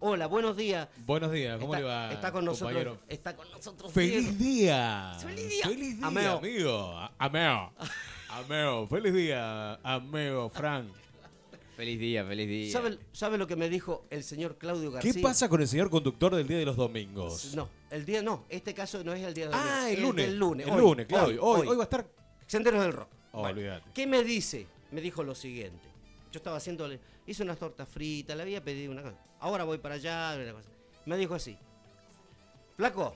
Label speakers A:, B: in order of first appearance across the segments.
A: Hola, buenos días.
B: Buenos días, ¿cómo
A: está,
B: le va?
A: Está con nosotros.
B: compañero?
A: Está con nosotros. Diego.
B: ¡Feliz día!
A: ¡Feliz día!
B: ¡Feliz día,
A: Ameo.
B: amigo! A- Ameo. Ameo. ¡Feliz día, amigo Frank!
C: Feliz día, feliz día.
A: ¿Sabe, sabe lo que me dijo el señor Claudio
B: ¿Qué
A: García?
B: pasa con el señor conductor del Día de los Domingos?
A: No, el día no. Este caso no es el día de
B: Ah, el
A: es
B: lunes.
A: del lunes.
B: El
A: hoy,
B: lunes, Claudio. Hoy, hoy va a estar...
A: Senderos del Rock.
B: Oh, olvídate.
A: ¿Qué me dice? Me dijo lo siguiente. Yo estaba haciéndole, hice unas tortas fritas, le había pedido una cosa. Ahora voy para allá, una cosa. Me dijo así. Flaco,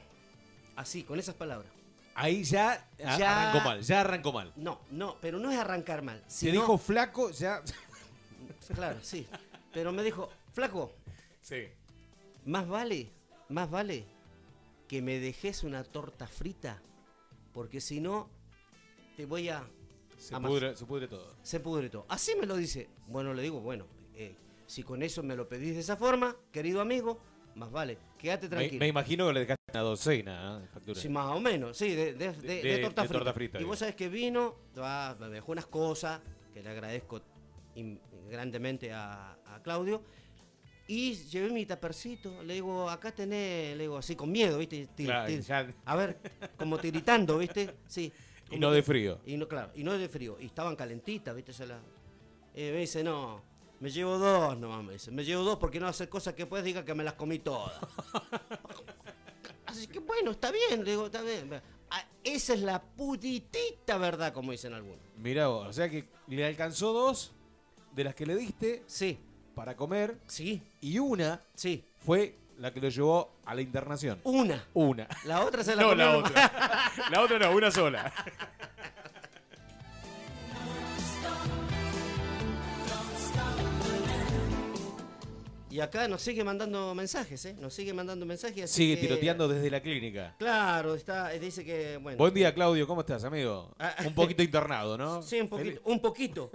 A: así, con esas palabras.
B: Ahí ya, a-
A: Ya-
B: arrancó mal, ya arrancó mal.
A: No, no, pero no es arrancar mal.
B: Se
A: sino-
B: dijo flaco, ya...
A: Claro, sí. Pero me dijo, flaco,
B: sí.
A: más vale, más vale que me dejes una torta frita, porque si no, te voy a...
B: Se
A: amas-
B: pudre, se pudre todo.
A: se pudre todo. Así me lo dice. Bueno, le digo, bueno, eh, si con eso me lo pedís de esa forma, querido amigo, más vale, quédate
B: Me,
A: tranquilo.
B: me imagino que le dejaste una docena ¿no? de facturas.
A: Sí, más o menos, sí, de, de- de-
B: de-
A: de torta,
B: de
A: frita.
B: torta frita,
A: Y
B: digo.
A: vos sabés que vino, ah, me dejó unas cosas que le agradezco in- grandemente a, a Claudio. Y llevé mi tapercito, le digo, acá tenés, le digo así con miedo, ¿viste? Ti-
B: Claro,
A: ti-
B: ya-
A: A ver, como tiritando, ¿viste? Sí.
B: Y
A: como
B: no
A: que-
B: de frío.
A: y no, claro, y no es de frío. Y estaban calentitas, ¿viste? Se la- Eh, me dice, no, me llevo dos nomás, me dice. Me llevo dos porque no va a hacer cosas que después diga que me las comí todas. Así que bueno, está bien, le digo, está bien. Ah, Esa es la putitita verdad, como dicen algunos.
B: Mira vos, o sea que le alcanzó dos de las que le diste
A: Sí,
B: para comer
A: sí,
B: y una
A: sí.
B: fue la que lo llevó a la internación.
A: Una.
B: Una.
A: La otra se la
B: no,
A: comió
B: la
A: nomás.
B: otra. La otra no, una sola.
A: Y acá nos sigue mandando mensajes, ¿eh? Nos sigue mandando mensajes. así
B: Sigue
A: que-
B: tiroteando desde la clínica.
A: Claro, está, eh, dice que, bueno.
B: Buen día, Claudio, ¿cómo estás, amigo?
A: Ah.
B: Un poquito internado, ¿no?
A: Sí, un poquito,
B: Fel-
A: un poquito.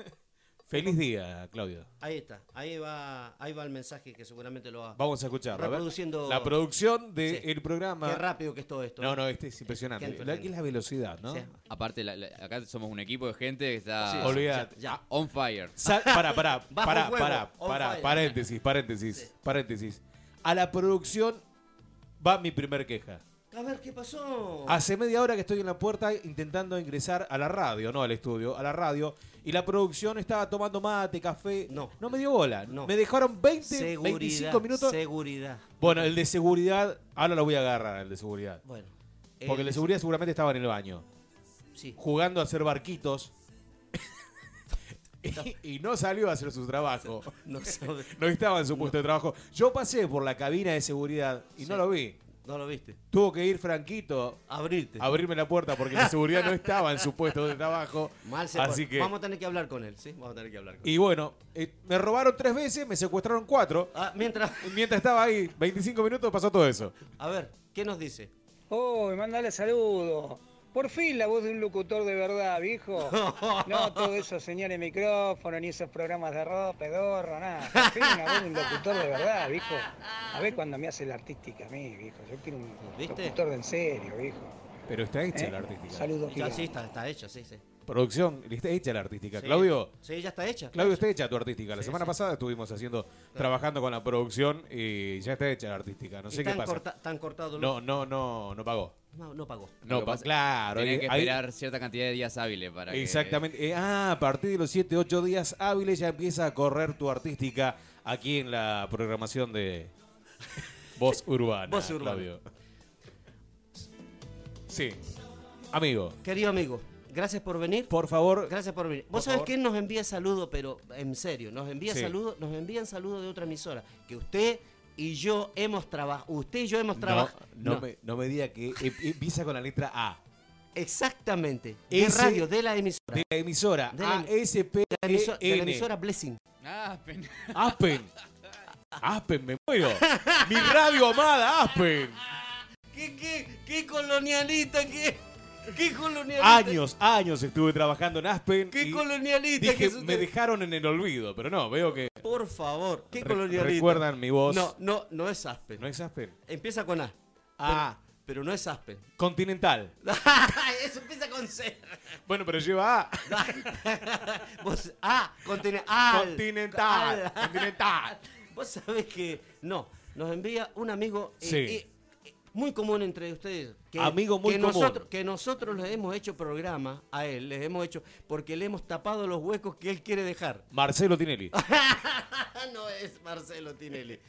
B: Feliz, día, Claudio.
A: Ahí está, ahí va, ahí va el mensaje que seguramente lo va.
B: Vamos a escuchar.
A: Reproduciendo-
B: La producción del
A: Sí.
B: programa.
A: Qué rápido que es todo esto.
B: No,
A: ¿eh?
B: no, este es impresionante.
A: Qué
B: La- Aquí es la velocidad, ¿no?
A: Sí.
C: Aparte, la- la- acá somos un equipo de gente que está
A: Sí,
B: Olvídate.
A: ya, ya.
C: Ah, on fire.
B: Sa- Pará, pará,
A: Bajo
B: pará,
A: fuego,
B: pará,
A: on
B: pará,
A: fire.
B: paréntesis, paréntesis, paréntesis. A la producción va mi primer queja.
A: A ver qué pasó.
B: Hace media hora que estoy en la puerta intentando ingresar a la radio, no al estudio, a la radio, y la producción estaba tomando mate, café.
A: No.
B: No me dio bola.
A: No.
B: Me dejaron 20,
A: seguridad,
B: 25 minutos.
A: Seguridad.
B: bueno, el de seguridad, ahora lo voy a agarrar, el de seguridad.
A: Bueno. eh,
B: Porque el de seguridad seguramente estaba en el baño,
A: Sí.
B: jugando a hacer barquitos. y, y no salió a hacer su trabajo.
A: No, sabe-
B: No estaba en su puesto de trabajo. Yo pasé por la cabina de seguridad y no lo vi.
A: no lo viste.
B: Tuvo que ir Franquito
A: Abrirte.
B: a abrirme la puerta porque la seguridad no estaba en su puesto de trabajo.
A: Mal se
B: Así
A: pone.
B: que.
A: Vamos a tener que hablar con él, ¿sí? Vamos a tener que hablar con él.
B: Y bueno, eh, me robaron tres veces, me secuestraron cuatro.
A: Ah, mientras,
B: Y mientras estaba ahí, 25 minutos, pasó todo eso.
A: a ver, ¿qué nos dice?
D: Oh, mandale saludos. Por fin la voz de un locutor de verdad, viejo. No todo eso señales micrófono, ni esos programas de ropa, pedorro, nada. Por fin la voz de un locutor de verdad, viejo. A ver cuando me hace la artística a mí, viejo. Yo quiero un
A: ¿Viste?
D: locutor de en serio, viejo.
B: Pero está hecha
D: ¿Eh?
B: la artística.
D: Saludos,
A: Ya,
D: gigantes.
A: sí, está, está hecha, sí, sí.
B: Producción, está hecha la artística.
A: Sí.
B: Claudio.
A: Sí, ya está hecha.
B: Claudio, está hecha tu artística. La
A: Sí,
B: semana
A: sí.
B: pasada estuvimos haciendo, trabajando con la producción y ya está hecha la artística. No
A: Y
B: sé qué
A: tan,
B: pasa.
A: corta- tan cortado.
B: No, no, no, no pagó.
A: No, no pagó.
C: Lo
B: No,
C: que
B: pa-
C: pasa-
B: claro.
C: Tenés
B: ahí-
C: que
B: ahí-
C: esperar cierta cantidad de días hábiles para que-
B: Exactamente. Eh, ah, a partir de los 7, 8 días hábiles ya empieza a correr tu artística aquí en la programación de Voz Urbana.
A: Voz Urbana.
B: Claudio. Sí. Amigo,
A: Querido amigo, gracias por venir.
B: por favor.
A: Gracias por venir.
B: Por
A: Vos sabés
B: favor.
A: quién nos envía saludos, pero en serio, nos envía
B: Sí.
A: saludos, nos envían saludos de otra emisora que usted y yo hemos trabajado, usted y yo hemos
B: No,
A: trabajado.
B: no Me, no me diga que eh, empieza con la letra A.
A: Exactamente. De
B: Ese-
A: radio de la emisora.
B: De la emisora
A: De la- em-,
B: E
A: De la, emiso- de la emisora
B: ASPN.
A: Blessing.
C: Ah, pen-
B: Aspen. Aspen, me muero. Mi radio amada, Aspen.
A: ¿Qué, qué, qué colonialista qué? ¿Qué colonialista?
B: Años, años estuve trabajando en Aspen.
A: ¿Qué
B: y-
A: colonialista que
B: Dije,
A: es usted?
B: me dejaron en el olvido, pero no, veo que
A: Por favor, qué
B: re-
A: colonialista.
B: recuerdan mi voz.
A: No, no, no es Aspen.
B: no es Aspen.
A: Empieza con A.
B: Ah.
A: Pero, pero no es Aspen.
B: Continental.
A: Eso empieza con C.
B: Bueno, pero lleva A.
A: Vos, ah, continental.
B: Continental.
A: Al.
B: Continental.
A: Vos sabés que no, nos envía un amigo eh,
B: Sí.
A: eh, eh, muy común entre ustedes. Que,
B: Amigo muy
A: que
B: común.
A: Nosotros, que nosotros le hemos hecho programa a él, les hemos hecho, porque le hemos tapado los huecos que él quiere dejar.
B: Marcelo Tinelli.
A: no es Marcelo Tinelli.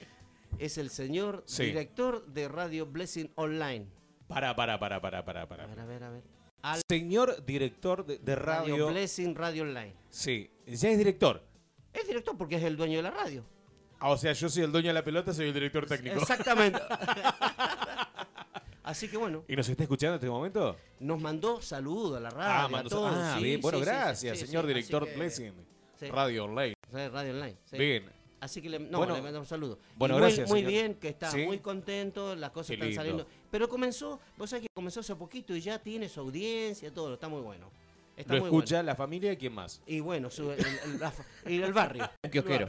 A: Es el señor
B: Sí.
A: director de Radio Blessing Online.
B: Para, para, para, para, para,
A: A ver,
B: para.
A: a ver, a ver. Al
B: Señor director de, de
A: radio.
B: radio.
A: Blessing Radio Online.
B: Sí, ya es director.
A: Es director porque es el dueño de la radio.
B: Ah, o sea, yo soy el dueño de la pelota, soy el director técnico.
A: Exactamente. Así que bueno,
B: ¿Y nos está escuchando en este momento?
A: nos mandó saludos a la radio.
B: Ah,
A: a
B: mandó-
A: todos.
B: ah,
A: Sí,
B: bien.
A: sí,
B: Bueno,
A: sí, sí,
B: gracias,
A: sí,
B: señor
A: sí. Así
B: director
A: que-
B: Blessing.
A: sí.
B: Radio Online.
A: Sí, Radio Online. sí.
B: Bien.
A: Así que le, no,
B: Bueno.
A: le mandamos saludos.
B: Bueno,
A: Y muy,
B: gracias,
A: Muy
B: señor.
A: bien, que está
B: Sí.
A: muy contento, las cosas
B: Qué
A: están
B: lindo.
A: saliendo. Pero comenzó, vos sabés que comenzó hace poquito y ya tiene su audiencia, todo, está muy bueno. Está
B: Lo
A: muy
B: escucha la familia y quién más.
A: bueno. Y bueno, su- el, el- la- y el barrio.
C: Un kiosquero.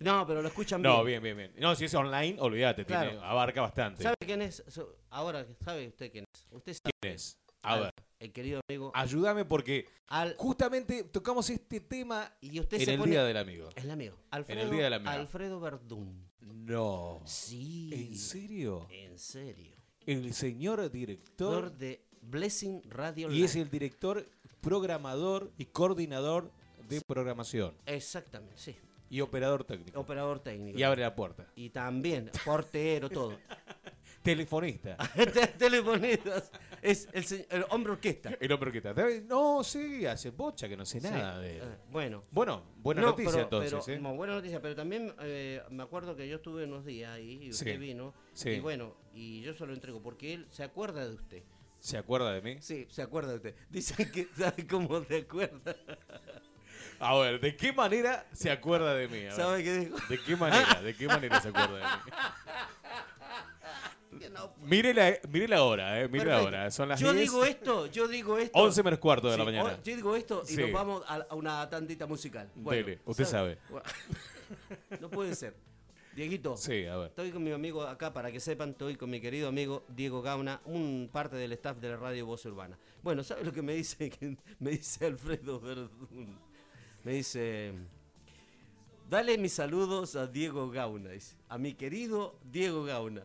A: No, pero lo escuchan
B: No,
A: bien.
B: bien, bien, bien. No, si es online, olvídate, tiene-
A: Claro.
B: abarca bastante.
A: ¿Sabe quién es? Su- Ahora, ¿sabe usted quién es? Usted sabe.
B: ¿Quién es? A ver,
A: El querido amigo
B: ayúdame porque
A: Al.
B: justamente tocamos este tema
A: Y usted
B: en
A: se
B: el
A: pone.
B: Día del Amigo.
A: El amigo. Alfredo,
B: Día del Amigo.
A: Alfredo Verdún.
B: No.
A: Sí.
B: ¿En serio?
A: En serio.
B: El señor director
A: Autor de Blessing Radio
B: y es
A: Live.
B: el director, programador y coordinador de programación
A: Exactamente, sí.
B: y operador técnico.
A: Operador técnico.
B: Y abre la puerta.
A: Y también portero, todo.
B: Telefonista.
A: Te- Telefonitas. Es el, se- el hombre orquesta.
B: El hombre que está. No, sí, hace bocha que no sé nada
A: Sí,
B: de él.
A: eh, Bueno.
B: Bueno, buena
A: No,
B: noticia
A: pero-
B: entonces.
A: pero-
B: ¿eh?
A: no, buena noticia, pero también eh, me acuerdo que yo estuve unos días ahí y usted
B: Sí,
A: vino.
B: sí.
A: Y bueno, y yo se lo entrego porque él se acuerda de usted.
B: ¿Se acuerda de mí?
A: Sí, se acuerda de usted. Dicen que sabe cómo se acuerda.
B: A ver, ¿de qué manera se acuerda de mí? A ver.
A: ¿Sabe qué dijo?
B: ¿De qué manera? ¿De qué manera se acuerda de mí? Mire la, mire la hora, eh, mire la
A: Perfecto.
B: hora. Son las
A: yo
B: 10,
A: digo esto, yo digo esto.
B: 11 menos cuarto de la
A: Sí,
B: mañana.
A: o- Yo digo esto y
B: Sí.
A: nos vamos a, a una tandita musical. Bueno,
B: Dele, usted sabe.
A: Bueno, no puede ser. Dieguito,
B: Sí, a ver.
A: estoy con mi amigo acá, para que sepan, estoy con mi querido amigo Diego Gauna, un parte del staff de la radio Voz Urbana. Bueno, ¿sabes lo que me dice? Que me dice Alfredo Verdún. Me dice, dale mis saludos a Diego Gauna, dice, a mi querido Diego Gauna.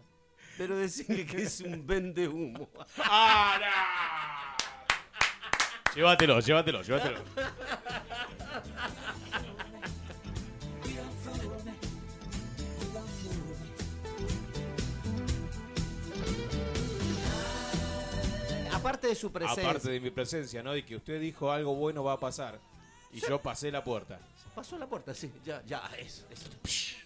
A: Pero decirle que es un vende humo.
B: ¡Ah, no! Llévatelo, llévatelo, llévatelo.
A: Aparte de su presencia.
B: Aparte de mi presencia, ¿no? Y que usted dijo algo bueno va a pasar. Y yo pasé la puerta.
A: Pasó la puerta, sí, ya, ya, eso, eso.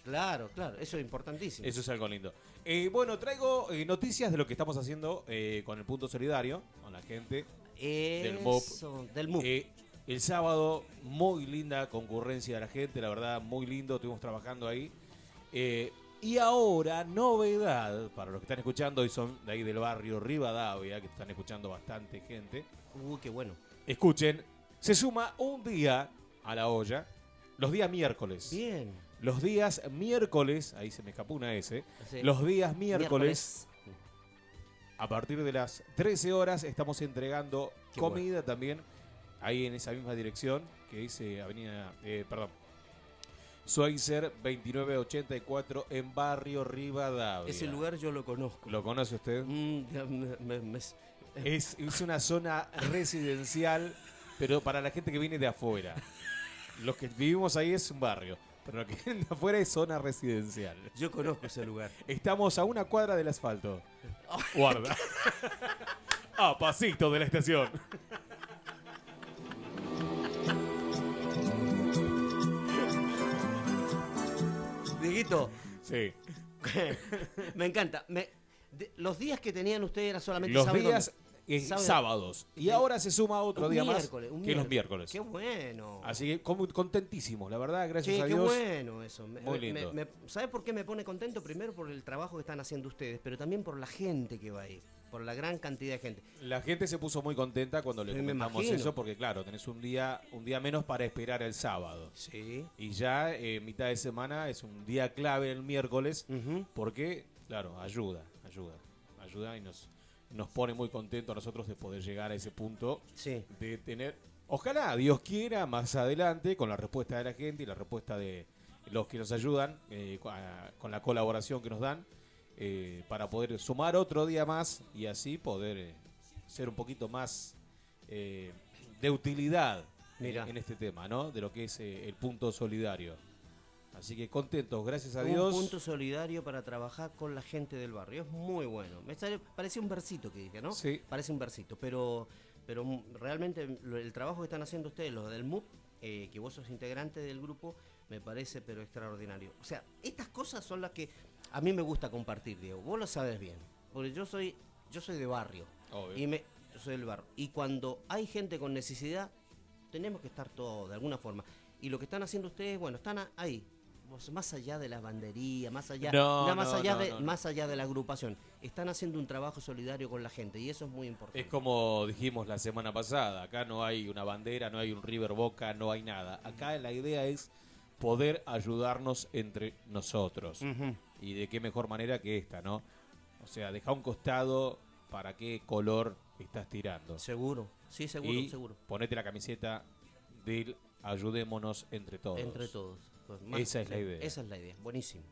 A: Claro, claro, eso es importantísimo.
B: Eso es algo lindo. Eh, bueno, traigo eh, noticias de lo que estamos haciendo eh, con el punto solidario, con la gente. del MUP.
A: Eso, del MUP.
B: Eh, el sábado, muy linda concurrencia de la gente, la verdad, muy lindo, estuvimos trabajando ahí. Eh, y ahora, novedad, para los que están escuchando y son de ahí del barrio Rivadavia, que están escuchando bastante gente,
A: Uh, qué bueno.
B: escuchen, se suma un día a la olla, los días miércoles.
A: Bien.
B: Los días miércoles, ahí se me escapó una S,
A: Sí.
B: los días miércoles a partir de las 13 horas estamos entregando
A: Qué
B: comida también ahí en esa misma dirección que dice Avenida, eh, perdón, Schweitzer 2984 en Barrio Rivadavia.
A: Ese lugar yo lo conozco.
B: ¿Lo conoce usted?
A: Mm, ya me- me- me-
B: Es, es una zona residencial, pero para la gente que viene de afuera. Los que vivimos ahí es un barrio, pero los que vienen de afuera es zona residencial.
A: yo conozco ese lugar.
B: Estamos a una cuadra del asfalto. Guarda. A pasito de la estación.
A: Dieguito,
B: Sí.
A: me encanta. Me- de- los días que tenían ustedes era solamente
B: Los
A: sábado.
B: días eh,
A: Sábado.
B: sábados. Y ahora se suma otro
A: Un
B: día más
A: miércoles, un
B: que los
A: miércoles.
B: miércoles.
A: Qué bueno.
B: Así que como- contentísimos, la verdad, gracias
A: Che,
B: a
A: qué
B: Dios.
A: bueno eso. Me-
B: Muy
A: me-
B: lindo.
A: me- ¿Sabes por qué me pone contento? Primero por el trabajo que están haciendo ustedes, pero también por la gente que va ahí, por la gran cantidad de gente.
B: La gente se puso muy contenta cuando le
A: Sí, me
B: comentamos
A: imagino.
B: eso, porque claro, tenés un día, un día menos para esperar el sábado.
A: Sí.
B: Y ya eh, mitad de semana es un día clave el miércoles, porque, claro, ayuda, ayuda, ayuda y nos, nos pone muy contentos a nosotros de poder llegar a ese punto
A: Sí.
B: de tener, ojalá Dios quiera, más adelante, con la respuesta de la gente y la respuesta de los que nos ayudan eh, con a- con la colaboración que nos dan eh, para poder sumar otro día más y así poder eh, ser un poquito más eh, de utilidad en-
A: Mirá.
B: en este tema, ¿no? De lo que es eh, el punto solidario. Así que contentos, gracias a
A: Un
B: Dios.
A: punto solidario para trabajar con la gente del barrio. Es muy bueno. Me sale, parece un versito que dije, ¿no?
B: Sí.
A: Parece un versito, pero, pero m- realmente lo- el trabajo que están haciendo ustedes, los del MUP, eh, que vos sos integrante del grupo, me parece pero extraordinario. O sea, estas cosas son las que a mí me gusta compartir, Diego. Vos lo sabes bien, porque yo soy, yo soy de barrio.
B: Obvio.
A: Y me, yo soy del barrio. Y cuando hay gente con necesidad, tenemos que estar todos de alguna forma. Y lo que están haciendo ustedes, bueno, están a- ahí. Vos, más allá de la bandería, más allá,
B: No,
A: nada más
B: no,
A: allá
B: no,
A: de,
B: no, no.
A: más allá de la agrupación, están haciendo un trabajo solidario con la gente y eso es muy importante.
B: Es como dijimos la semana pasada, acá no hay una bandera, no hay un River Boca, no hay nada. Acá la idea es poder ayudarnos entre nosotros. Y de qué mejor manera que esta, ¿no? O sea, deja un costado para qué color estás tirando.
A: Seguro, sí, seguro,
B: Eh, y
A: seguro.
B: ponete la camiseta del ayudémonos entre todos.
A: Entre todos. Pues,
B: Esa es la idea.
A: Esa es la idea, buenísimo.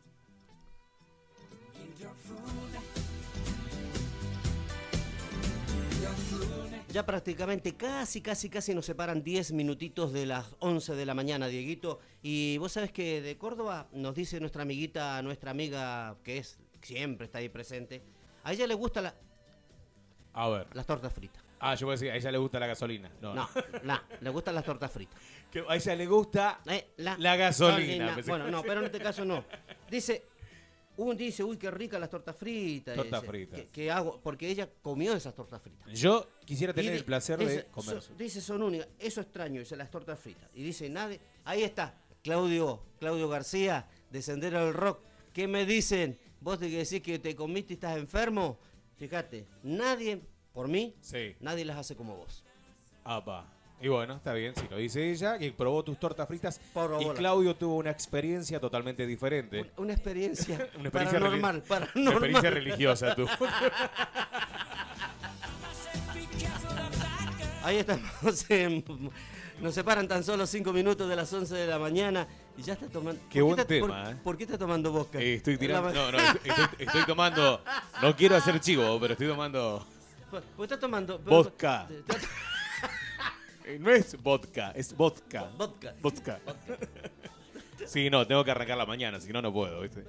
A: Ya prácticamente casi, casi, casi nos separan 10 minutitos de las 11 de la mañana, Dieguito. Y vos sabés que de Córdoba nos dice nuestra amiguita, nuestra amiga, que es siempre está ahí presente, a ella le gustan la-
B: A ver.
A: las tortas fritas.
B: Ah, yo voy a decir, a ella le gusta la gasolina. No,
A: No, no, le gustan las tortas fritas.
B: Que a ella le gusta
A: Eh, la,
B: La gasolina, pensé.
A: Bueno, no, pero en este caso no. Dice, un dice, uy, qué rica las tortas fritas.
B: Tortas
A: dice,
B: fritas.
A: "que- que hago? Porque ella comió esas tortas fritas.
B: Yo quisiera
A: Y
B: tener
A: di-
B: el placer
A: dice,
B: de comer.
A: "Son- dice, son únicas. Eso extraño, dice, las tortas fritas. Y dice, nadie. Ahí está, Claudio, Claudio García, de Sendero del Rock. ¿Qué me dicen? ¿Vos te que decís que te comiste y estás enfermo? Fíjate, nadie, por mí,
B: Sí.
A: nadie las hace como vos.
B: Apa. Y bueno, está bien, si lo dice ella, que probó tus tortas fritas.
A: Probó
B: y
A: la-
B: Claudio tuvo una experiencia totalmente diferente.
A: Un- Una experiencia,
B: Una experiencia
A: paranormal,
B: reli-
A: paranormal.
B: Una experiencia religiosa tú.
A: Ahí estamos. en- nos separan tan solo 5 minutos de las 11 de la mañana y ya está tomando.
B: Qué
A: ¿Por
B: buen
A: está-
B: tema,
A: por-
B: eh.
A: ¿Por qué está tomando vodka?
B: Eh, estoy tirando.
A: La-
B: No, no, estoy, estoy- estoy tomando. No quiero hacer chivo, pero estoy tomando.
A: ¿Por por qué Pues, está tomando
B: Vodka.
A: Está-
B: eh, No es vodka, es vodka.
A: Vodka.
B: Vodka. Sí, no, tengo que arrancar la mañana, si no, no puedo, ¿viste?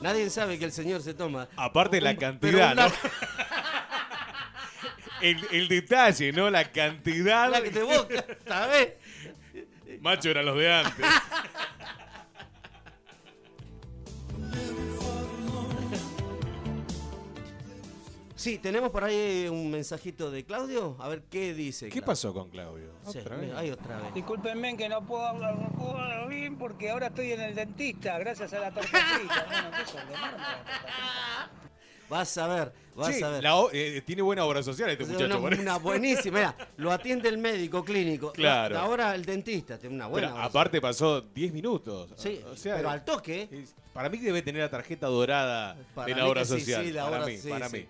A: Nadie sabe que el señor se toma.
B: Aparte la
A: Un- pero
B: cantidad,
A: una-
B: Ah, ¿no? El, el detalle, ¿no? La cantidad.
A: la que te vodka, ¿sabes?
B: Macho eran los de antes.
A: Sí, tenemos por ahí un mensajito de Claudio. A ver qué dice.
B: ¿Qué
A: Claudio.
B: pasó con Claudio?
A: Sí,
B: Otra vez.
A: ahí otra vez.
D: Discúlpenme que no puedo hablar, no puedo hablar bien porque ahora estoy en el dentista, gracias a la torta frita. Bueno, qué sordo, enorme la torta frita.
A: Vas a ver, vas
B: Che,
A: a ver.
B: la o- eh, tiene buena obra social este
A: Es
B: muchacho.
A: una,
B: parece.
A: una buenísima, mirá, lo atiende el médico clínico.
B: Claro.
A: Ahora el dentista tiene una buena.
B: Pero
A: obra
B: aparte pasó 10 minutos.
A: Sí,
B: O sea, eh,
A: pero al toque.
B: es- Para mí debe tener la tarjeta dorada
A: Para
B: de
A: mí
B: la obra
A: que sí,
B: social.
A: sí, la
B: para
A: obra-
B: mí,
A: sí,
B: para
A: sí.
B: mí.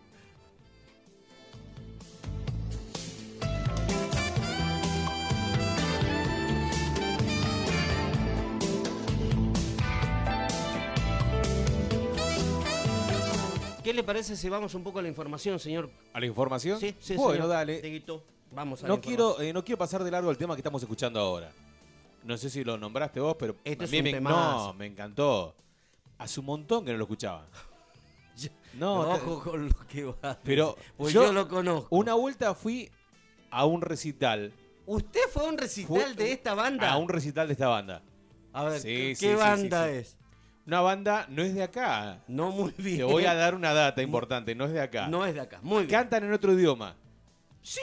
A: ¿Qué le parece si vamos un poco a la información, señor?
B: ¿A la información?
A: Sí, sí,
B: bueno,
A: señor.
B: dale.
A: Dieguito, vamos a la
B: No quiero, eh, no quiero pasar de largo el tema que estamos escuchando ahora. No sé si lo nombraste vos, pero
A: Este
B: a
A: es
B: mí
A: un
B: me,
A: temazo.
B: no, me encantó. Hace un montón que no lo escuchaba.
A: información.
B: No, te-
A: ojo con lo que va.
B: pero
A: Pues
B: yo
A: yo, lo conozco.
B: una vuelta fui a un recital.
A: ¿Usted fue a un recital
B: Fue-
A: de esta banda?
B: A un recital de esta banda.
A: A ver,
B: Sí,
A: ¿qué,
B: sí,
A: qué
B: sí,
A: banda
B: sí, sí.
A: es?
B: Una banda no es de acá.
A: No muy bien.
B: Te voy a dar una data importante, no es de acá.
A: No es de acá. Muy bien.
B: Cantan en otro idioma.
A: Sí,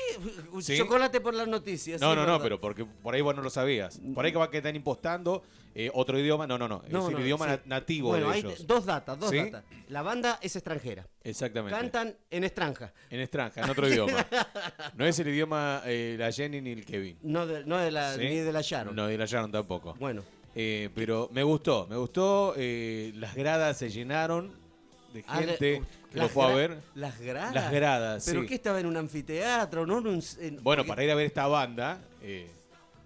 A: un
B: Sí.
A: chocolate por las noticias.
B: No,
A: sí,
B: no, no,
A: verdad.
B: pero porque por ahí vos no lo sabías. Por ahí capaz que están impostando eh, otro idioma. No, no, no. Es
A: No,
B: el
A: no,
B: idioma
A: sí.
B: na- nativo
A: bueno,
B: de
A: hay
B: ellos.
A: dos datas, dos
B: Sí.
A: datas. La banda es extranjera.
B: Exactamente.
A: Cantan en estranja.
B: En extranja, en otro idioma. No es el idioma eh, la Jenny ni el Kevin.
A: No de, no de la,
B: ¿sí?
A: Ah, ni de la Sharon.
B: No, de la Sharon tampoco.
A: Bueno,
B: Eh, pero me gustó, me gustó. eh, las gradas se llenaron de
A: Ah,
B: gente
A: la-
B: que lo
A: las
B: fue a
A: gra-
B: ver.
A: Las gradas.
B: Las gradas,
A: Pero
B: sí.
A: que estaba en un anfiteatro, ¿no? En un- en- porque-
B: Bueno, para ir a ver esta banda, eh,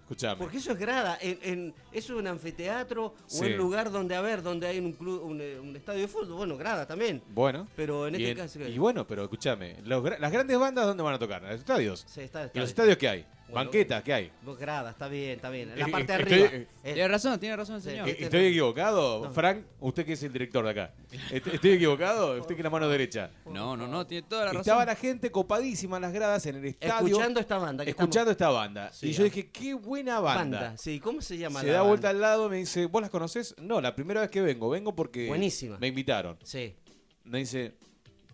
B: Escuchame.
A: Porque eso es grada, en, en- eso es un anfiteatro o
B: Sí.
A: un lugar donde, a ver, donde hay un, club, un, eh, un estadio de fútbol, bueno, grada también.
B: Bueno.
A: Pero en
B: y,
A: este
B: en-
A: caso...
B: y bueno, pero escúchame. los gra- las grandes bandas, ¿dónde van a tocar? En los estadios.
A: Sí, está- está
B: ¿En los
A: bien.
B: estadios qué hay?
A: Bueno,
B: ¿Banquetas qué hay?
A: Vos grada, está bien, está bien. En la
B: Eh,
A: parte de
B: eh,
A: arriba.
B: estoy-
A: Eh,
C: Tiene razón, tiene razón el
A: Sí.
C: señor.
B: Eh, ¿Estoy equivocado? Frank, usted que es el director de acá. ¿Est- ¿Estoy equivocado? Usted que es la mano derecha.
C: No, no, no, tiene toda la razón.
B: Estaba la gente copadísima en las gradas en el estadio.
A: escuchando esta banda. Que
B: escuchando esta banda.
A: Sí,
B: y yo
A: ah.
B: dije, qué buena banda.
A: Sí, ¿cómo se llama
B: Se
A: la
B: da
A: banda?
B: vuelta al lado, me dice, ¿vos las conocés? No, la primera vez que vengo, vengo porque
A: Buenísima.
B: me invitaron.
A: Sí.
B: Me dice,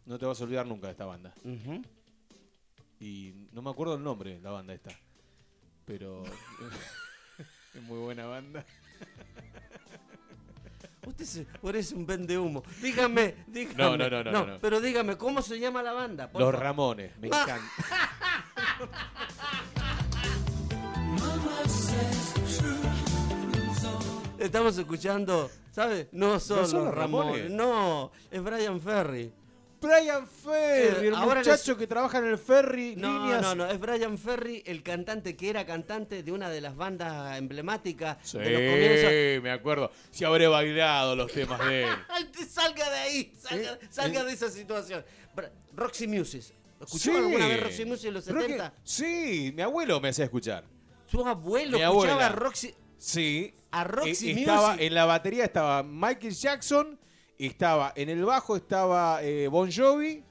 B: no te vas a olvidar nunca de esta banda.
A: ujú.
B: Y no me acuerdo el nombre de la banda esta. Pero es muy buena banda.
A: Usted es, vos eres un vende humo. Dígame, dígame.
B: No, no, no, no, no, no.
A: Pero dígame, ¿cómo se llama la banda? Por
B: Los
A: favor.
B: Ramones, me encanta.
A: Estamos escuchando, ¿sabes? No son,
B: son
A: los
B: los
A: Ramones.
B: Ramones.
A: No, es Brian Ferry.
B: Brian Ferry,
A: Eh,
B: el
A: ahora
B: muchacho que trabaja en el ferry,
A: No,
B: líneas.
A: no, no, es Brian Ferry, el cantante que era cantante de una de las bandas emblemáticas
B: Sí,
A: de los comienzos.
B: me acuerdo. Si habré bailado los temas de él.
A: ¡Ay, te- salga de ahí! ¡Salga, salga de esa situación! Bra- Roxy Music. ¿Escuchó
B: Sí.
A: alguna vez Roxy Music en los
B: Creo que-
A: 70?
B: sí, mi abuelo me hacía escuchar.
A: Su abuelo
B: Mi
A: escuchaba
B: abuela.
A: a Roxy.
B: Sí.
A: A Roxy
B: Eh, estaba,
A: Music.
B: En la batería estaba Michael Jackson, estaba en el bajo estaba eh, Bon Jovi,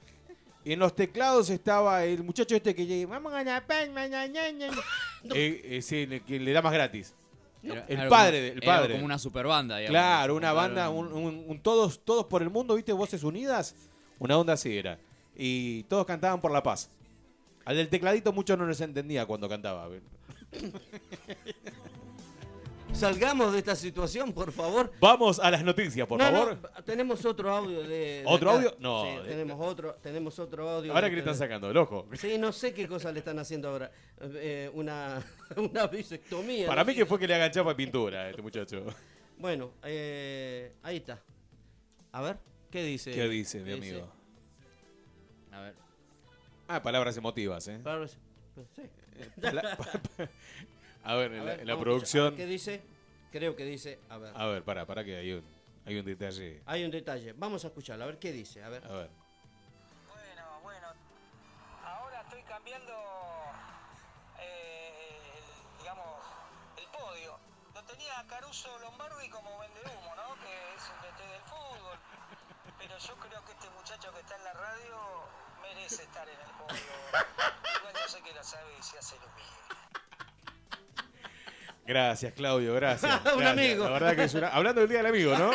B: y en los teclados estaba el muchacho este que llega, vamos a la palma, ña, ña, ña". Eh, eh, sí, el que le da más gratis.
C: Era
B: el
C: algo
B: padre
C: como-
B: del
C: era
B: padre.
C: como una super banda, digamos.
B: Claro, una
C: Montaron-
B: banda, un, un- un todos, todos por el mundo, ¿viste? Voces unidas, una onda así era. Y todos cantaban por la paz. Al del tecladito mucho no les entendía cuando cantaba.
A: Salgamos de esta situación, por favor.
B: Vamos a las noticias, por
A: No, no,
B: favor.
A: tenemos otro audio de. de
B: ¿Otro
A: acá.
B: audio? No,
A: Sí,
B: de- este.
A: tenemos otro, tenemos otro audio.
B: Ahora
A: de-
B: que le están sacando el ojo.
A: Sí, no sé qué cosa le están haciendo ahora. Eh, una, una bisectomía.
B: Para
A: no
B: mí
A: sé.
B: que fue que le hagan chapa de pintura a este muchacho.
A: Bueno, eh, ahí está. A ver, ¿qué dice?
B: ¿Qué dice, mi amigo?
C: A ver.
B: Ah, palabras emotivas, ¿eh?
A: Claro, sí. Sí.
B: Pala- pa- pa- A ver, en
A: A
B: la,
A: ver,
B: en
A: vamos a
B: la
A: escuchar.
B: producción...
A: ¿Qué dice? Creo que dice. A ver.
B: A ver, para, para que hay un, hay un detalle.
A: Hay un detalle. Vamos a escucharlo. A ver qué dice. A ver.
B: A ver.
E: Bueno, bueno. Ahora estoy cambiando, eh, el- digamos, el podio. Lo tenía a Caruso Lombardi como vendehumo, ¿no? Que es un DT del fútbol. Pero yo creo que este muchacho que está en la radio merece estar en el podio. Igual yo sé que lo sabe y se hace lo mismo.
B: Gracias, Claudio, gracias.
A: Un
B: gracias.
A: amigo.
B: La verdad que es una... Hablando del Día del Amigo, ¿no?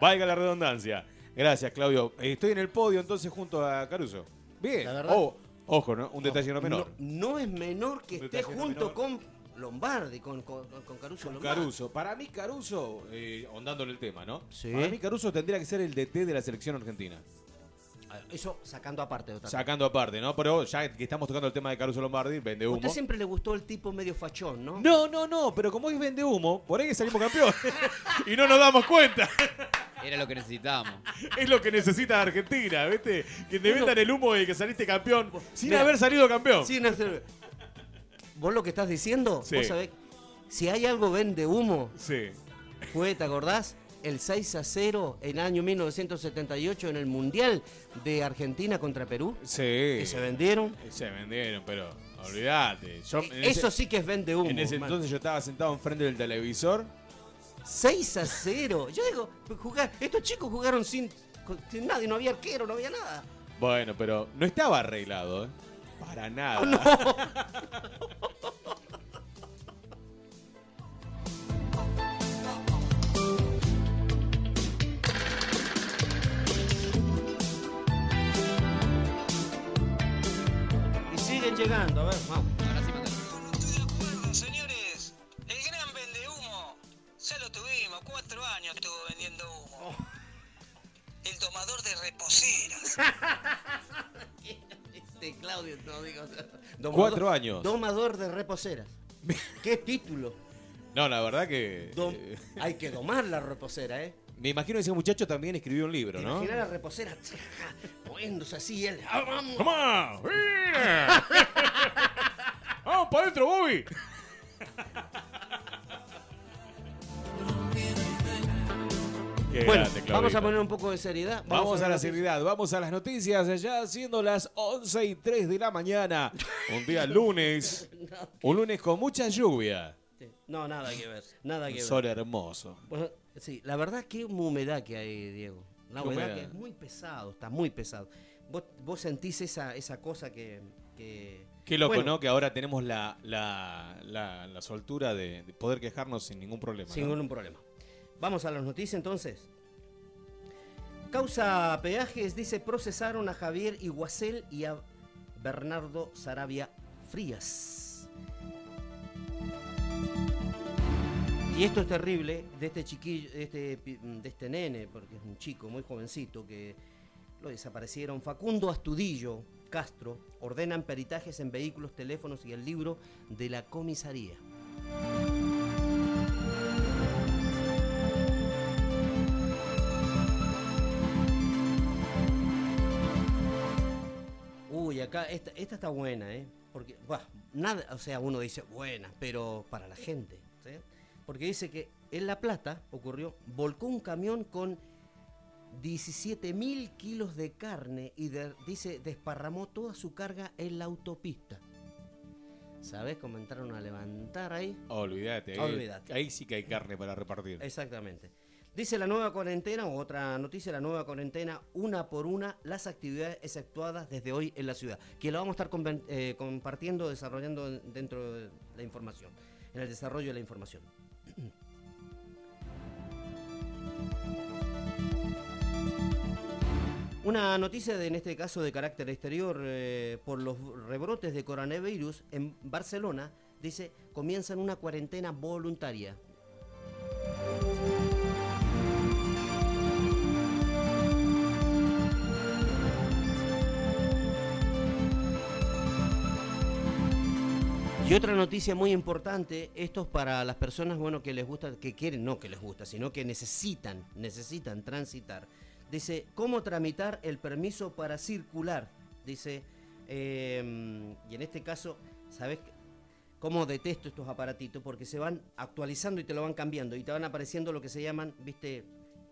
B: Valga la redundancia. Gracias, Claudio. Eh, Estoy en el podio entonces junto a Caruso. Bien.
A: La verdad-
B: Oh, ojo, ¿no? Un detalle no menor.
A: No, no es menor que
B: Un
A: esté
B: detalle no
A: junto
B: menor.
A: con Lombardi, con, con, con Caruso Lombardi.
B: Caruso, para mí Caruso, eh, ondándole el tema, ¿no?
A: Sí.
B: Para mí Caruso tendría que ser el DT de la selección argentina.
A: Ah, Eso sacando aparte de otra cosa.
B: Sacando aparte, ¿no? Pero ya que estamos tocando el tema de Caruso Lombardi, vende humo.
A: Usted siempre le gustó el tipo medio fachón, ¿no?
B: No, no, no, pero como es vende humo, por ahí que salimos campeón. y no nos damos cuenta.
C: Era lo que necesitábamos.
B: Es lo que necesita Argentina, ¿viste? Que te
A: Uno-
B: vendan el humo de que saliste campeón sin
A: Mira.
B: haber salido campeón.
A: Sí, no sé. Vos lo que estás diciendo,
B: Sí.
A: vos sabés, si hay algo vende humo,
B: Sí.
A: fue, ¿te acordás? El 6 a 0 en el año 1978 en el Mundial de Argentina contra Perú,
B: Sí.
A: que se vendieron.
B: Se vendieron, pero olvídate. Yo, en
A: E Eso
B: ese-
A: sí que es vende humo.
B: En ese
A: man.
B: entonces yo estaba sentado enfrente del televisor.
A: 6 a 0. Yo digo, jugar, estos chicos jugaron sin, con- sin nadie, no había arquero, no había nada.
B: Bueno, pero no estaba arreglado, ¿eh? Para nada.
A: Ah, Y siguen llegando, a ver, vamos.
C: Ahora sí, Manuel.
E: Estoy de acuerdo, señores. El gran vende humo. Ya lo tuvimos, cuatro años estuvo vendiendo humo. El tomador de reposeras.
A: Este Claudio, no digo. Domador-
B: Cuatro años.
A: Domador de reposeras. ¿Qué título?
B: No, la verdad que.
A: Dom-
B: eh,
A: Hay que domar la reposera, ¿eh?
B: me imagino que ese muchacho también escribió un libro,
A: Pero
B: ¿no?
A: Imaginar a la reposera moviéndose así y él. ah,
B: ¡Toma! ¡Mira! ¡Vamos para adentro, Bobby! Qué
A: bueno,
B: grande, Eh, Claudita.
A: vamos a poner un poco de seriedad.
B: Vamos, a la
A: hablar de-
B: seriedad, vamos a las noticias, ya siendo las 11 y 3 de la mañana. Un día lunes, un lunes con mucha lluvia.
A: Sí. este. No, nada que ver. Nada
B: Un
A: que
B: sol
A: ver.
B: hermoso.
A: Bueno, sí, la verdad que una humedad que hay, Diego. Una
B: Qué
A: humedad,
B: humedad.
A: que es muy pesado, está muy pesado. Vos, vos sentís esa, esa cosa que... que-
B: Qué loco,
A: Bueno,
B: ¿no? Que ahora tenemos la, la, la- la soltura de, de poder quejarnos sin ningún problema.
A: Sin
B: ¿no?
A: ningún problema. Vamos a las noticias entonces. Causa peajes, dice, procesaron a Javier Iguacel y a Bernardo Sarabia Frías. Y esto es terrible de este chiquillo, de este, pi- de este nene, porque es un chico muy jovencito que lo desaparecieron. Facundo Astudillo Castro ordenan peritajes en vehículos, teléfonos y el libro de la comisaría. Uy, acá esta, esta está buena, ¿eh? Porque, buah, nada, o sea, uno dice buena, pero para la gente, ¿sí? Porque dice que en La Plata ocurrió, volcó un camión con 17.000 kilos de carne y de- dice, desparramó toda su carga en la autopista. ¿Sabes cómo entraron a levantar ahí?
B: Oh, Olvídate, ahí,
A: Olvídate.
B: ahí sí que hay carne para repartir.
A: Exactamente. Dice la nueva cuarentena, o otra noticia, la nueva cuarentena, una por una, las actividades efectuadas desde hoy en la ciudad, que la vamos a estar conven- eh, compartiendo, desarrollando en- dentro de la información, en el desarrollo de la información. Una noticia de- en este caso de carácter exterior eh, por los rebrotes de coronavirus en Barcelona, dice, comienzan una cuarentena voluntaria. Y otra noticia muy importante, esto es para las personas bueno que les gusta, que quieren, no que les gusta, sino que necesitan, necesitan transitar. Dice, ¿cómo tramitar el permiso para circular? Dice, eh, y en este caso, ¿sabes qué? cómo detesto estos aparatitos? Porque se van actualizando y te lo van cambiando y te van apareciendo lo que se llaman, viste,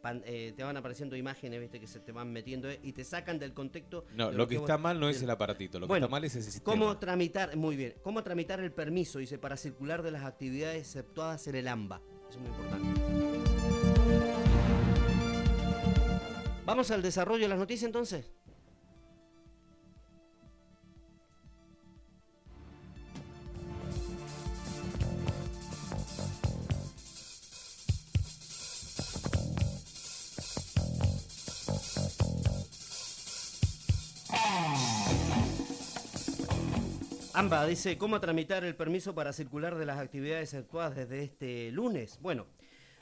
A: pan- eh, te van apareciendo imágenes, viste, que se te van metiendo eh, y te sacan del contexto.
B: No,
A: de
B: lo que
A: vos-
B: está mal no es
A: de-
B: el aparatito, lo que
A: Bueno,
B: está mal es ese sistema.
A: ¿Cómo tramitar, muy bien, cómo tramitar el permiso, dice, para circular de las actividades exceptuadas en el AMBA? Eso es muy importante. Vamos al desarrollo de las noticias entonces. AMBA dice, ¿cómo tramitar el permiso para circular de las actividades actuadas desde este lunes? Bueno,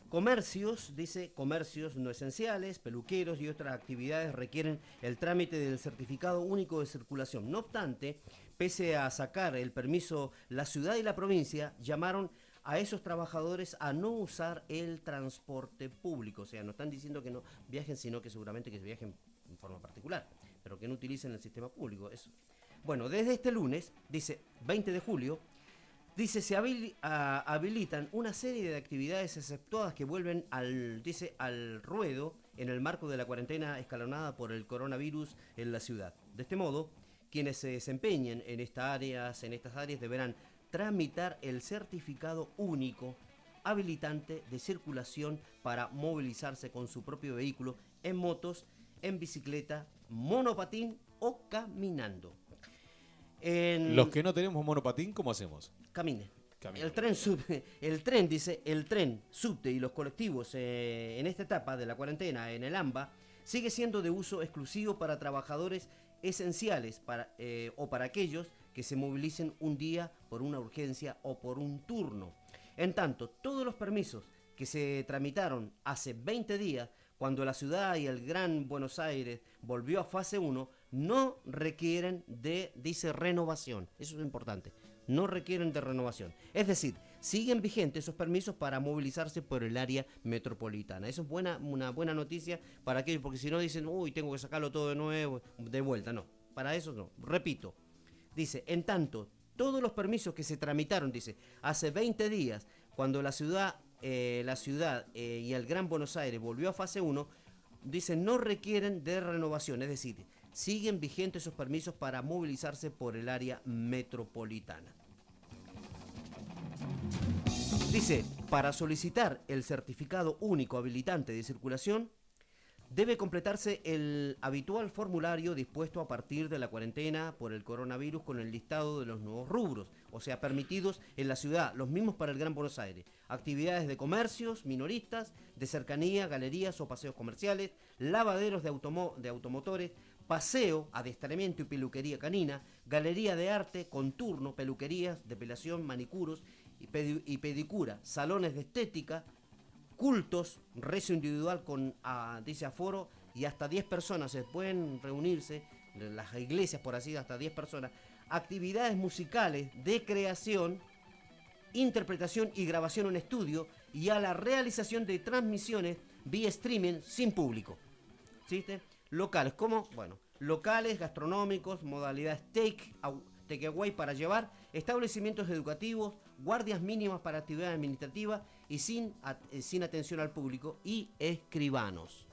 A: comercios, dice, comercios no esenciales, peluqueros y otras actividades requieren el trámite del certificado único de circulación. No obstante, pese a sacar el permiso, la ciudad y la provincia llamaron a esos trabajadores a no usar el transporte público. O sea, no están diciendo que no viajen, sino que seguramente que viajen en forma particular, pero que no utilicen el sistema público. Eso. Bueno, desde este lunes, dice 20 de julio, dice se habili- a- habilitan una serie de actividades exceptuadas que vuelven al, dice, al ruedo en el marco de la cuarentena escalonada por el coronavirus en la ciudad. De este modo, quienes se desempeñen en, estas áreas, en estas áreas deberán tramitar el certificado único habilitante de circulación para movilizarse con su propio vehículo en motos, en bicicleta, monopatín o caminando. En-
B: Los que no tenemos monopatín, ¿cómo hacemos?
A: Camine.
B: Camine.
A: El tren sub- el tren dice, el tren, subte y los colectivos eh, en esta etapa de la cuarentena en el AMBA sigue siendo de uso exclusivo para trabajadores esenciales para, eh, o para aquellos que se movilicen un día por una urgencia o por un turno. En tanto, todos los permisos que se tramitaron hace 20 días cuando la ciudad y el Gran Buenos Aires volvió a fase 1, no requieren de, dice, renovación. Eso es importante. No requieren de renovación. Es decir, siguen vigentes esos permisos para movilizarse por el área metropolitana. Eso es buena, una buena noticia para aquellos, porque si no dicen, uy, tengo que sacarlo todo de nuevo, de vuelta. No, para eso no. Repito, Dice, en tanto, todos los permisos que se tramitaron, dice, hace 20 días, cuando la ciudad eh, la ciudad eh, y el Gran Buenos Aires volvió a fase 1, dicen no requieren de renovación, es decir, siguen vigentes esos permisos para movilizarse por el área metropolitana. Dice, para solicitar el certificado único habilitante de circulación, debe completarse el habitual formulario dispuesto a partir de la cuarentena por el coronavirus con el listado de los nuevos rubros, o sea, permitidos en la ciudad, los mismos para el Gran Buenos Aires. Actividades de comercios, minoristas, de cercanía, galerías o paseos comerciales, lavaderos de, automo- de automotores, paseo, adiestramiento y peluquería canina, galería de arte, conturno, peluquerías, depilación, manicuros y pedi- y pedicura, salones de estética, cultos, rezo individual con, ah, dice aforo, y hasta 10 personas se pueden reunirse, las iglesias por así, hasta 10 personas, actividades musicales de creación, interpretación y grabación en estudio, y a la realización de transmisiones vía streaming sin público. ¿Existe? Locales, como, bueno, locales, gastronómicos, modalidades take, au- takeaway para llevar, establecimientos educativos, guardias mínimas para actividades administrativas y sin, at- eh, sin atención al público y escribanos.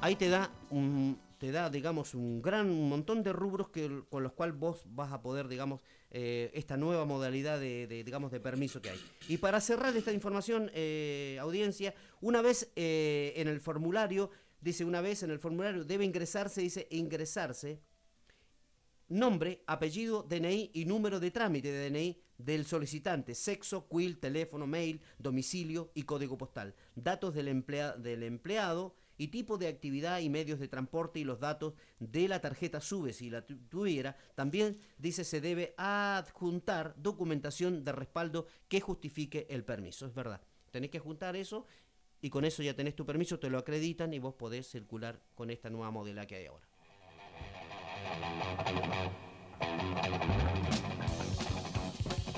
A: Ahí te da un te da digamos un gran un montón de rubros que, con los cuales vos vas a poder digamos eh, esta nueva modalidad de, de, digamos de permiso que hay y para cerrar esta información eh, audiencia una vez eh, en el formulario dice una vez en el formulario debe ingresarse dice ingresarse nombre, apellido, DNI y número de trámite de DNI del solicitante, sexo, quill, teléfono, mail, domicilio y código postal, datos del, emplea- del empleado y tipo de actividad y medios de transporte y los datos de la tarjeta SUBE si la tu- tuviera. También dice se debe adjuntar documentación de respaldo que justifique el permiso, es verdad. Tenés que juntar eso y con eso ya tenés tu permiso, te lo acreditan y vos podés circular con esta nueva modela que hay ahora.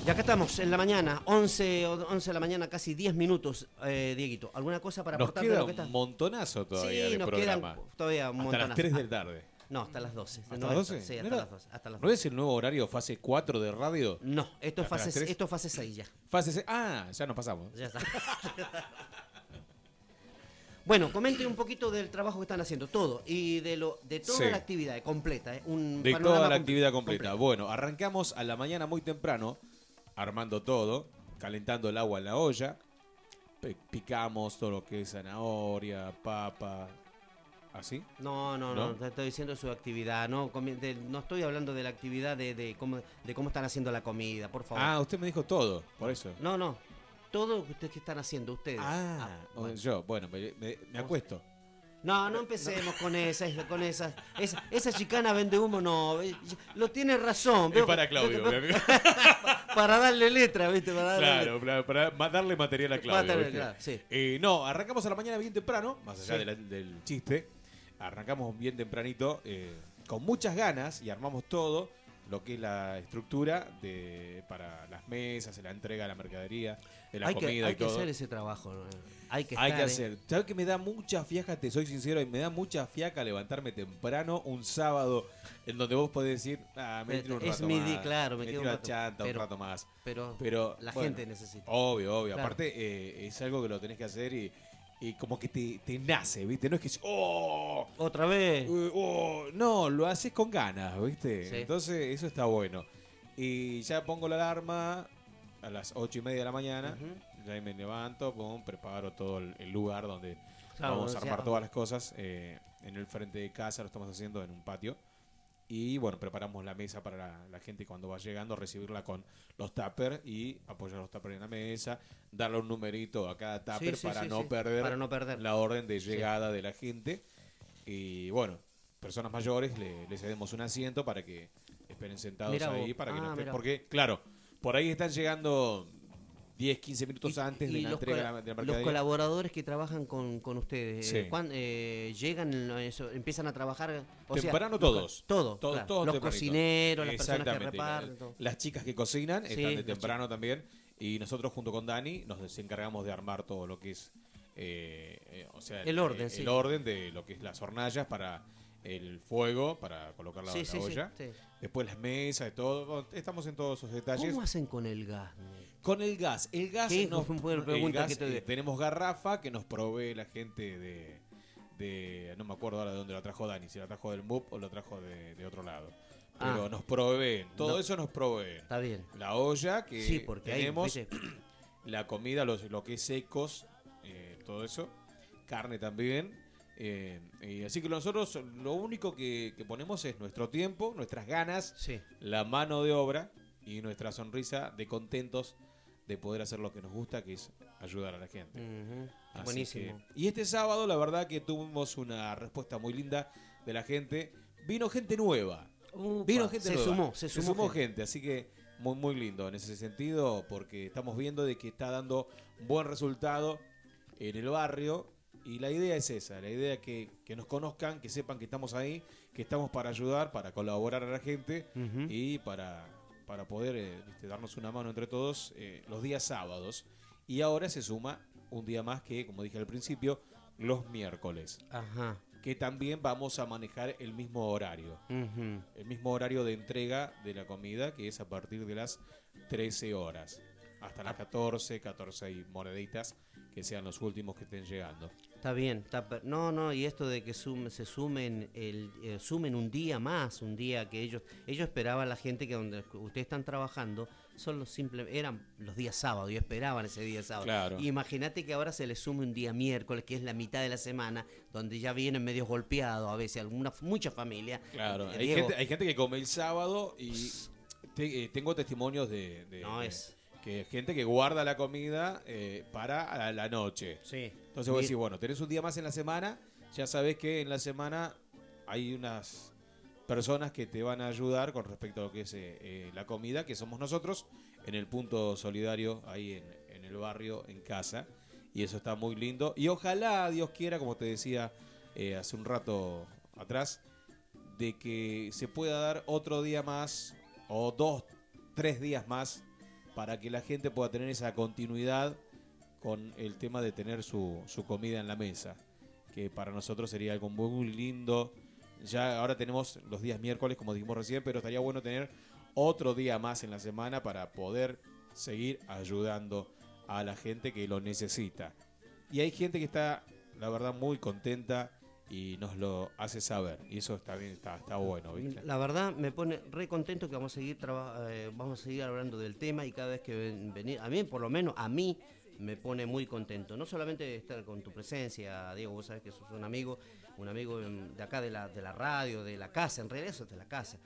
A: Y acá estamos, en la mañana, 11, o 11 de la mañana, casi 10 minutos, eh, Dieguito. ¿Alguna cosa para
B: Nos
A: aportar de
B: queda
A: lo que está?
B: un montonazo todavía
A: sí,
B: de
A: nos
B: programa.
A: quedan todavía un
B: Hasta
A: montón.
B: las 3 de la tarde.
A: No, hasta las 12.
B: ¿Hasta
A: No,
B: las
A: esto-
B: 12?
A: Sí, hasta
B: Mira,
A: las 12. Hasta las
B: ¿No
A: 12.
B: es el nuevo horario fase 4 de radio?
A: No, esto es,
B: ¿Hasta las
A: fase,
B: tres?
A: esto es fase 6 ya.
B: Fase se- Ah, ya nos pasamos.
A: Pues Ya está. bueno, comente un poquito del trabajo que están haciendo, todo. Y de lo de toda
B: Sí.
A: la actividad eh, completa. eh, un
B: De
A: panorama
B: toda la
A: comple-
B: actividad completa. Bueno, arrancamos a la mañana muy temprano, armando todo, calentando el agua en la olla. Pe- Picamos todo lo que es zanahoria, papa, así.
A: No, no, no,
B: ¿No?
A: te estoy diciendo su actividad. No, comi- de- no estoy hablando de la actividad de, de cómo, de cómo están haciendo la comida, por favor.
B: Ah, usted me dijo todo, por eso.
A: No, no. Todo lo que ustedes que están haciendo ustedes.
B: Ah,
A: Ah, bueno.
B: yo, bueno, me, me- me acuesto.
A: No, no empecemos con esas, con esas. Esa, esa chicana vende humo, no. eh, Lo tiene razón.
B: Es
A: veo
B: para
A: que-
B: Claudio,
A: veo
B: mi
A: que-
B: amigo.
A: Para darle letra, ¿viste? Para darle
B: Claro, para, para ma- darle material a Claudio.
A: Material,
B: ¿viste?
A: claro, sí.
B: Eh, no, arrancamos a la mañana bien temprano, más allá
A: Sí.
B: de la- del chiste. Arrancamos bien tempranito, eh, con muchas ganas, y armamos todo lo que es la estructura de, para las mesas, la entrega de la mercadería, de la
A: hay que,
B: comida
A: hay
B: y
A: que
B: todo.
A: hacer ese trabajo. ¿no? Hay que,
B: Hay que
A: estar, ¿eh?
B: hacer. ¿Sabes que me da mucha fiaca? Te soy sincero, y me da mucha fiaca levantarme temprano un sábado en donde vos podés decir, ah, me
A: Pero
B: tiro un
A: Eh, es
B: rato
A: mi
B: más.
A: día, claro, me quedo un
B: tiro a
A: rato.
B: chanta
A: Pero-
B: un rato más.
A: Pero,
B: Pero
A: la
B: bueno,
A: gente necesita.
B: Obvio, obvio.
A: Claro.
B: Aparte, eh, es algo que lo tenés que hacer y, y como que te, te nace, ¿viste? No es que es, ¡oh!
A: Otra vez.
B: Eh, oh", No, lo haces con ganas, ¿viste?
A: Sí.
B: Entonces, eso está bueno. Y ya pongo la alarma a las ocho y media de la mañana. Ya ahí me levanto, pum, preparo todo el, el lugar donde
A: Claro,
B: vamos a
A: o sea,
B: armar todas las cosas. eh, en el frente de casa lo estamos haciendo en un patio. Y bueno, preparamos la mesa para la, la gente cuando va llegando, recibirla con los tuppers y apoyar los tuppers en la mesa, darle un numerito a cada tupper
A: sí,
B: para,
A: sí,
B: no
A: sí,
B: Perder
A: para no perder.
B: la orden de llegada de la gente. Y bueno, personas mayores le, le cedemos un asiento para que esperen sentados
A: Mirá
B: ahí.
A: vos.
B: Para que
A: Ah,
B: no estén-
A: mirá.
B: porque, claro, por ahí están llegando 10, 15 minutos
A: Y-
B: antes
A: y
B: de la
A: los
B: entrega de
A: cola-
B: la, de la
A: Los
B: mercadería.
A: colaboradores que trabajan con, con ustedes, eh,
B: Sí.
A: ¿cuán- eh, llegan, eh, eso, empiezan a trabajar. O sea,
B: temprano
A: los co-
B: todos.
A: Todo,
B: Todos,
A: claro.
B: todos
A: los
B: tempranito.
A: cocineros, las personas que
B: Exactamente.
A: reparten. todo.
B: Las, chicas que cocinan
A: Sí,
B: están de
A: las
B: temprano también. Y nosotros junto con Dani nos des- encargamos de armar todo lo que es... eh, eh, o sea,
A: El orden,
B: eh,
A: sí.
B: el orden de lo que es las hornallas para el fuego para colocarla
A: Sí,
B: en la
A: sí, sí,
B: olla.
A: sí.
B: Después las mesas y todo. Bueno, Estamos en todos esos detalles.
A: ¿Cómo hacen con el gas? Nick?
B: Con el gas. El gas,
A: ¿Qué?
B: nos-
A: Fue una buena
B: el
A: pregunta
B: gas,
A: que te-
B: eh, tenemos garrafa que nos provee la gente de, de- No me acuerdo ahora de dónde la trajo Dani, si la trajo del MUP o la trajo de, de otro lado. Pero
A: Ah.
B: nos proveen, todo
A: No.
B: eso nos proveen.
A: Está bien.
B: La olla que
A: Sí, porque ahí
B: tenemos,
A: viste,
B: la comida, los, lo que es secos, eh, todo eso, carne también. eh, y así que nosotros lo único que, que ponemos es nuestro tiempo, nuestras ganas,
A: Sí.
B: la mano de obra y nuestra sonrisa de contentos de poder hacer lo que nos gusta, que es ayudar a la gente.
A: Ujú.
B: Así
A: Buenísimo.
B: que- y este sábado, la verdad que tuvimos una respuesta muy linda de la gente. Vino gente nueva.
A: Upa,
B: Vino gente
A: se
B: nueva.
A: sumó, se sumó.
B: gente. así que muy, muy lindo en ese sentido, porque estamos viendo de que está dando buen resultado en el barrio. Y la idea es esa, la idea que, que nos conozcan, que sepan que estamos ahí, que estamos para ayudar, para colaborar a la gente
A: Ujú.
B: y para, para poder eh, viste, darnos una mano entre todos eh, los días sábados. Y ahora se suma un día más que, como dije al principio, los miércoles,
A: Ajá.
B: que también vamos a manejar el mismo horario
A: Ujú.
B: el mismo horario de entrega de la comida, que es a partir de las 13 horas. Hasta las 14, 14 y moneditas, que sean los últimos que estén llegando.
A: Está bien, está per- no, no, y esto de que sume- se sumen el, eh, sumen un día más, un día que ellos ellos esperaban la gente que donde ustedes están trabajando son los simple eran los días sábados y esperaban ese día sábado.
B: Claro.
A: Y imagínate que ahora se les sume un día miércoles que es la mitad de la semana donde ya vienen medios golpeados a veces alguna mucha familia.
B: Claro,
A: Eh,
B: hay
A: Diego,
B: gente, hay gente que come el sábado y te- eh, tengo testimonios de, de-
A: No
B: de-
A: es.
B: que gente que guarda la comida eh, para a la noche.
A: sí.
B: Entonces vos
A: Mi-
B: decís, bueno, tenés un día más en la semana, ya sabés que en la semana hay unas personas que te van a ayudar con respecto a lo que es eh, eh, la comida, que somos nosotros, en el punto solidario, ahí en, en el barrio, en casa. Y eso está muy lindo. Y ojalá, Dios quiera, como te decía eh, hace un rato atrás, de que se pueda dar otro día más o dos, tres días más para que la gente pueda tener esa continuidad con el tema de tener su, su comida en la mesa, que para nosotros sería algo muy lindo. Ya ahora tenemos los días miércoles, como dijimos recién, pero estaría bueno tener otro día más en la semana para poder seguir ayudando a la gente que lo necesita. Y hay gente que está, la verdad, muy contenta y nos lo hace saber. Y eso está bien, está, está bueno, ¿viste?
A: La verdad me pone re contento que vamos a seguir traba- eh, vamos a seguir hablando del tema y cada vez que ven- venir a mí por lo menos a mí me pone muy contento. No solamente estar con tu presencia, Diego, vos sabés que sos un amigo, un amigo em, de acá de la, de la radio, de la casa, en realidad sos de la casa.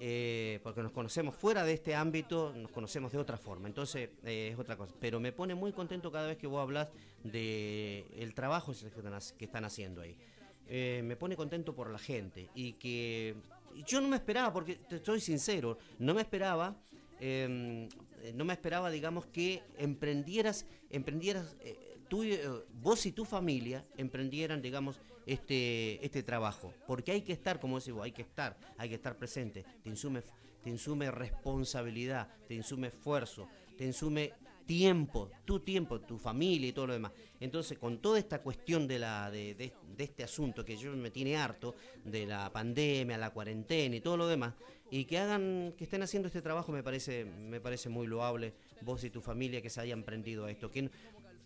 A: Eh, porque nos conocemos fuera de este ámbito, nos conocemos de otra forma, entonces eh, es otra cosa. Pero me pone muy contento cada vez que vos hablas de el trabajo que están hac- que están haciendo ahí. Eh, me pone contento por la gente y que y yo no me esperaba, porque te soy sincero, no me esperaba, eh, no me esperaba, digamos, que emprendieras, emprendieras eh, tú, y, eh, vos y tu familia emprendieran, digamos, este, este trabajo. Porque hay que estar, como decís vos, hay que estar, hay que estar presente. Te insume, te insume responsabilidad, te insume esfuerzo, te insume tiempo, tu tiempo, tu familia y todo lo demás. Entonces, con toda esta cuestión de, la, de, de- de este asunto que yo me tiene harto, de la pandemia, la cuarentena y todo lo demás, y que hagan, que estén haciendo este trabajo me parece, me parece muy loable, vos y tu familia que se hayan prendido a esto, que, n-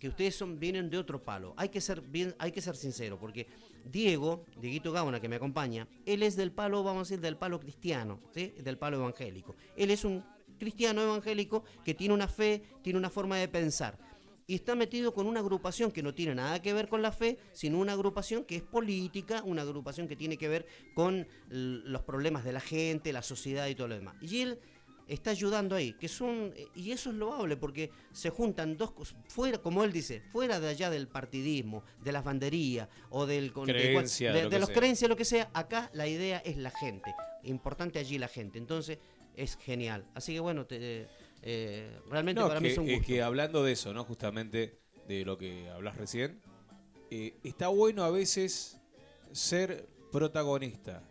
A: que ustedes son, vienen de otro palo. Hay que ser bien, hay que ser sincero, porque Diego, Dieguito Gauna, que me acompaña, él es del palo, vamos a decir, del palo cristiano, ¿sí? del palo evangélico. Él es un cristiano evangélico que tiene una fe, tiene una forma de pensar. Y está metido con una agrupación que no tiene nada que ver con la fe, sino una agrupación que es política, una agrupación que tiene que ver con l- los problemas de la gente, la sociedad y todo lo demás. Y él está ayudando ahí, que son y eso es loable porque se juntan dos cosas fuera como él dice, fuera de allá del partidismo, de las banderías o del con- de-
B: Creencia,
A: de,
B: lo
A: de
B: que
A: los
B: sea.
A: creencias lo que sea, acá la idea es la gente, importante allí la gente. Entonces es genial. Así que bueno, te- eh, realmente
B: No,
A: para
B: que,
A: mí es un
B: eh,
A: gusto.
B: que hablando de eso, ¿no? Justamente de lo que hablas recién, eh, está bueno a veces ser protagonista,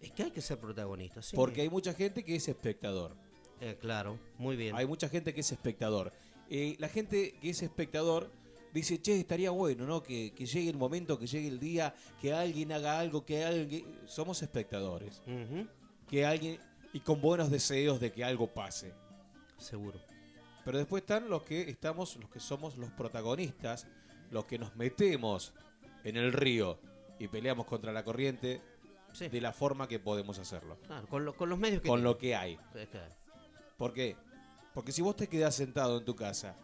A: Es que hay que ser protagonista, sí.
B: porque hay mucha gente que es espectador.
A: Eh, claro, muy bien.
B: Hay mucha gente que es espectador. Eh, la gente que es espectador dice, che, estaría bueno, ¿no? Que, que llegue el momento, que llegue el día, que alguien haga algo, que alguien... Somos espectadores.
A: Ujú,
B: Que alguien... Y con buenos deseos de que algo pase.
A: Seguro.
B: Pero después están los que estamos, los que somos los protagonistas, los que nos metemos en el río y peleamos contra la corriente
A: Sí.
B: de la forma que podemos hacerlo.
A: Claro, con, lo- con los medios que.
B: Con lo que hay.
A: Es que-
B: ¿Por qué? Porque si vos te quedás sentado en tu casa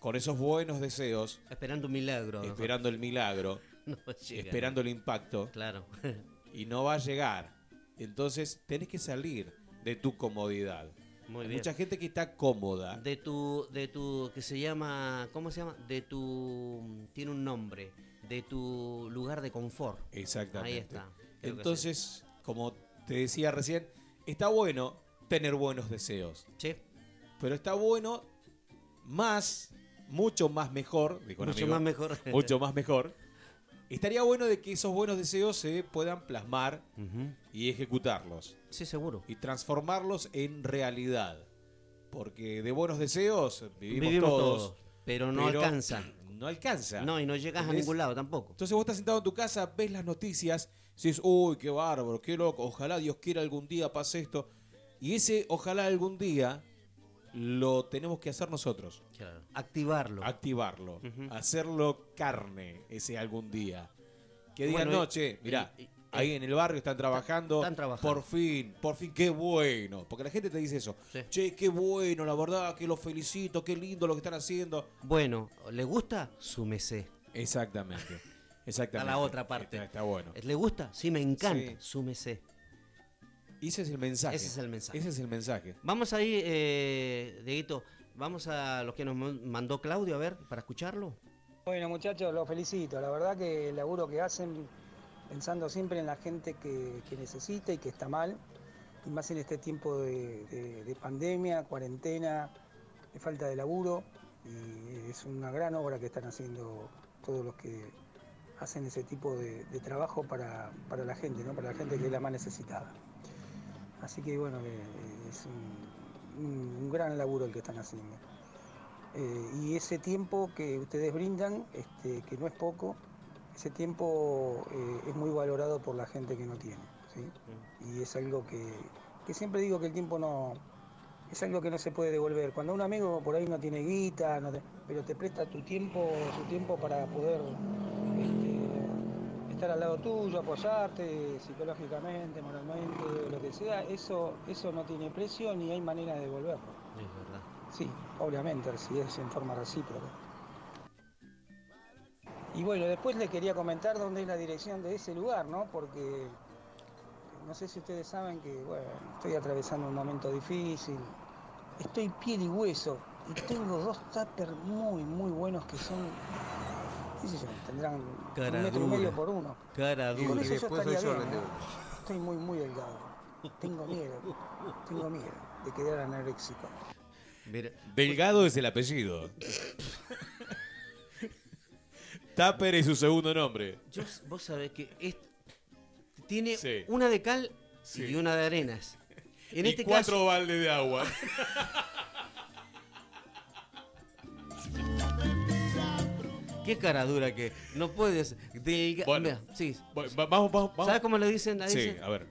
B: con esos buenos deseos,
A: Esperando un milagro. ¿no?
B: esperando el milagro,
A: No llega.
B: esperando el impacto,
A: Claro.
B: y no va a llegar, entonces tenés que salir de tu comodidad.
A: Muy
B: Hay
A: bien.
B: mucha gente que está cómoda.
A: De tu. De tu. Que se llama. ¿Cómo se llama? De tu. Tiene un nombre. De tu lugar de confort.
B: Exactamente.
A: Ahí está. Creo que sí.
B: Entonces, como te decía recién, está bueno tener buenos deseos,
A: Sí.
B: pero está bueno más, mucho más mejor, dijo un
A: Mucho
B: amigo,
A: más mejor.
B: mucho más mejor. Estaría bueno de que esos buenos deseos se puedan plasmar
A: Ujú.
B: y ejecutarlos
A: Sí, seguro.
B: y transformarlos en realidad. Porque de buenos deseos vivimos,
A: Vivimos
B: todos,
A: todos, pero no
B: pero
A: alcanza.
B: No alcanza.
A: No, y no llegas a
B: ¿Entendés?
A: ningún lado tampoco.
B: Entonces vos estás sentado en tu casa, ves las noticias, dices, uy, qué bárbaro, qué loco, ojalá Dios quiera algún día pase esto. Y ese ojalá algún día lo tenemos que hacer nosotros,
A: Activarlo.
B: activarlo, hacerlo carne ese algún día. Que digan,
A: Bueno, y-
B: no, che, mirá,
A: y- y-
B: ahí en el barrio están trabajando,
A: están trabajando.
B: por fin, por fin, qué bueno. Porque la gente te dice eso,
A: Sí.
B: che, qué bueno, la verdad, que los felicito, qué lindo lo que están haciendo.
A: Bueno, ¿le gusta? Súmese.
B: Exactamente. Exactamente.
A: A la otra parte.
B: Está, está bueno.
A: ¿Le gusta? Sí, me encanta.
B: Sí.
A: Súmese.
B: Y ese es el mensaje.
A: Ese es el mensaje.
B: Ese es el mensaje.
A: Vamos ahí, eh, Dieguito. Vamos a los que nos man- mandó Claudio, a ver, para escucharlo.
D: Bueno, muchachos, los felicito. La verdad que el laburo que hacen, pensando siempre en la gente que, que necesita y que está mal, y más en este tiempo de, de- de pandemia, cuarentena, de falta de laburo, y es una gran obra que están haciendo todos los que hacen ese tipo de, de trabajo para, para la gente, ¿no? para la gente que es la más necesitada. Así que bueno, que, eh, es un- un- un gran laburo el que están haciendo. Eh, y ese tiempo que ustedes brindan, este, que no es poco, ese tiempo eh, es muy valorado por la gente que no tiene. ¿sí? Y es algo que, que siempre digo que el tiempo no es algo que no se puede devolver. Cuando un amigo por ahí no tiene guita, no te- pero te presta tu tiempo, su tiempo para poder este, estar al lado tuyo, apoyarte psicológicamente, moralmente, lo que sea, eso, eso no tiene precio ni hay manera de devolverlo.
A: Es verdad.
D: Sí, obviamente, si es en forma recíproca. Y bueno, después les quería comentar dónde es la dirección de ese lugar, ¿no? Porque no sé si ustedes saben que, bueno, estoy atravesando un momento difícil, estoy piel y hueso, y tengo dos tuppers muy, muy buenos que son, qué sé yo, tendrán
A: Cara
D: un metro y
A: dura.
D: medio por uno.
A: Cara
D: Y con
A: dura.
D: eso yo estaría bien, ¿no? Estoy muy, muy delgado. Tengo miedo, tengo miedo de quedar anoréxico.
A: Mira,
B: Delgado es el apellido. Tapper es su segundo nombre.
A: yo s- vos sabés que es- tiene
B: Sí.
A: una de cal
B: Sí.
A: y una de arenas. En
B: y
A: este
B: cuatro
A: caso,
B: baldes de agua.
A: qué cara dura que no puedes. Delga...
B: Bueno.
A: Mira, sí.
B: Bueno, va- vamos, vamos, vamos.
A: ¿Sabes cómo le dicen? Ahí
B: Sí,
A: dicen-
B: a ver.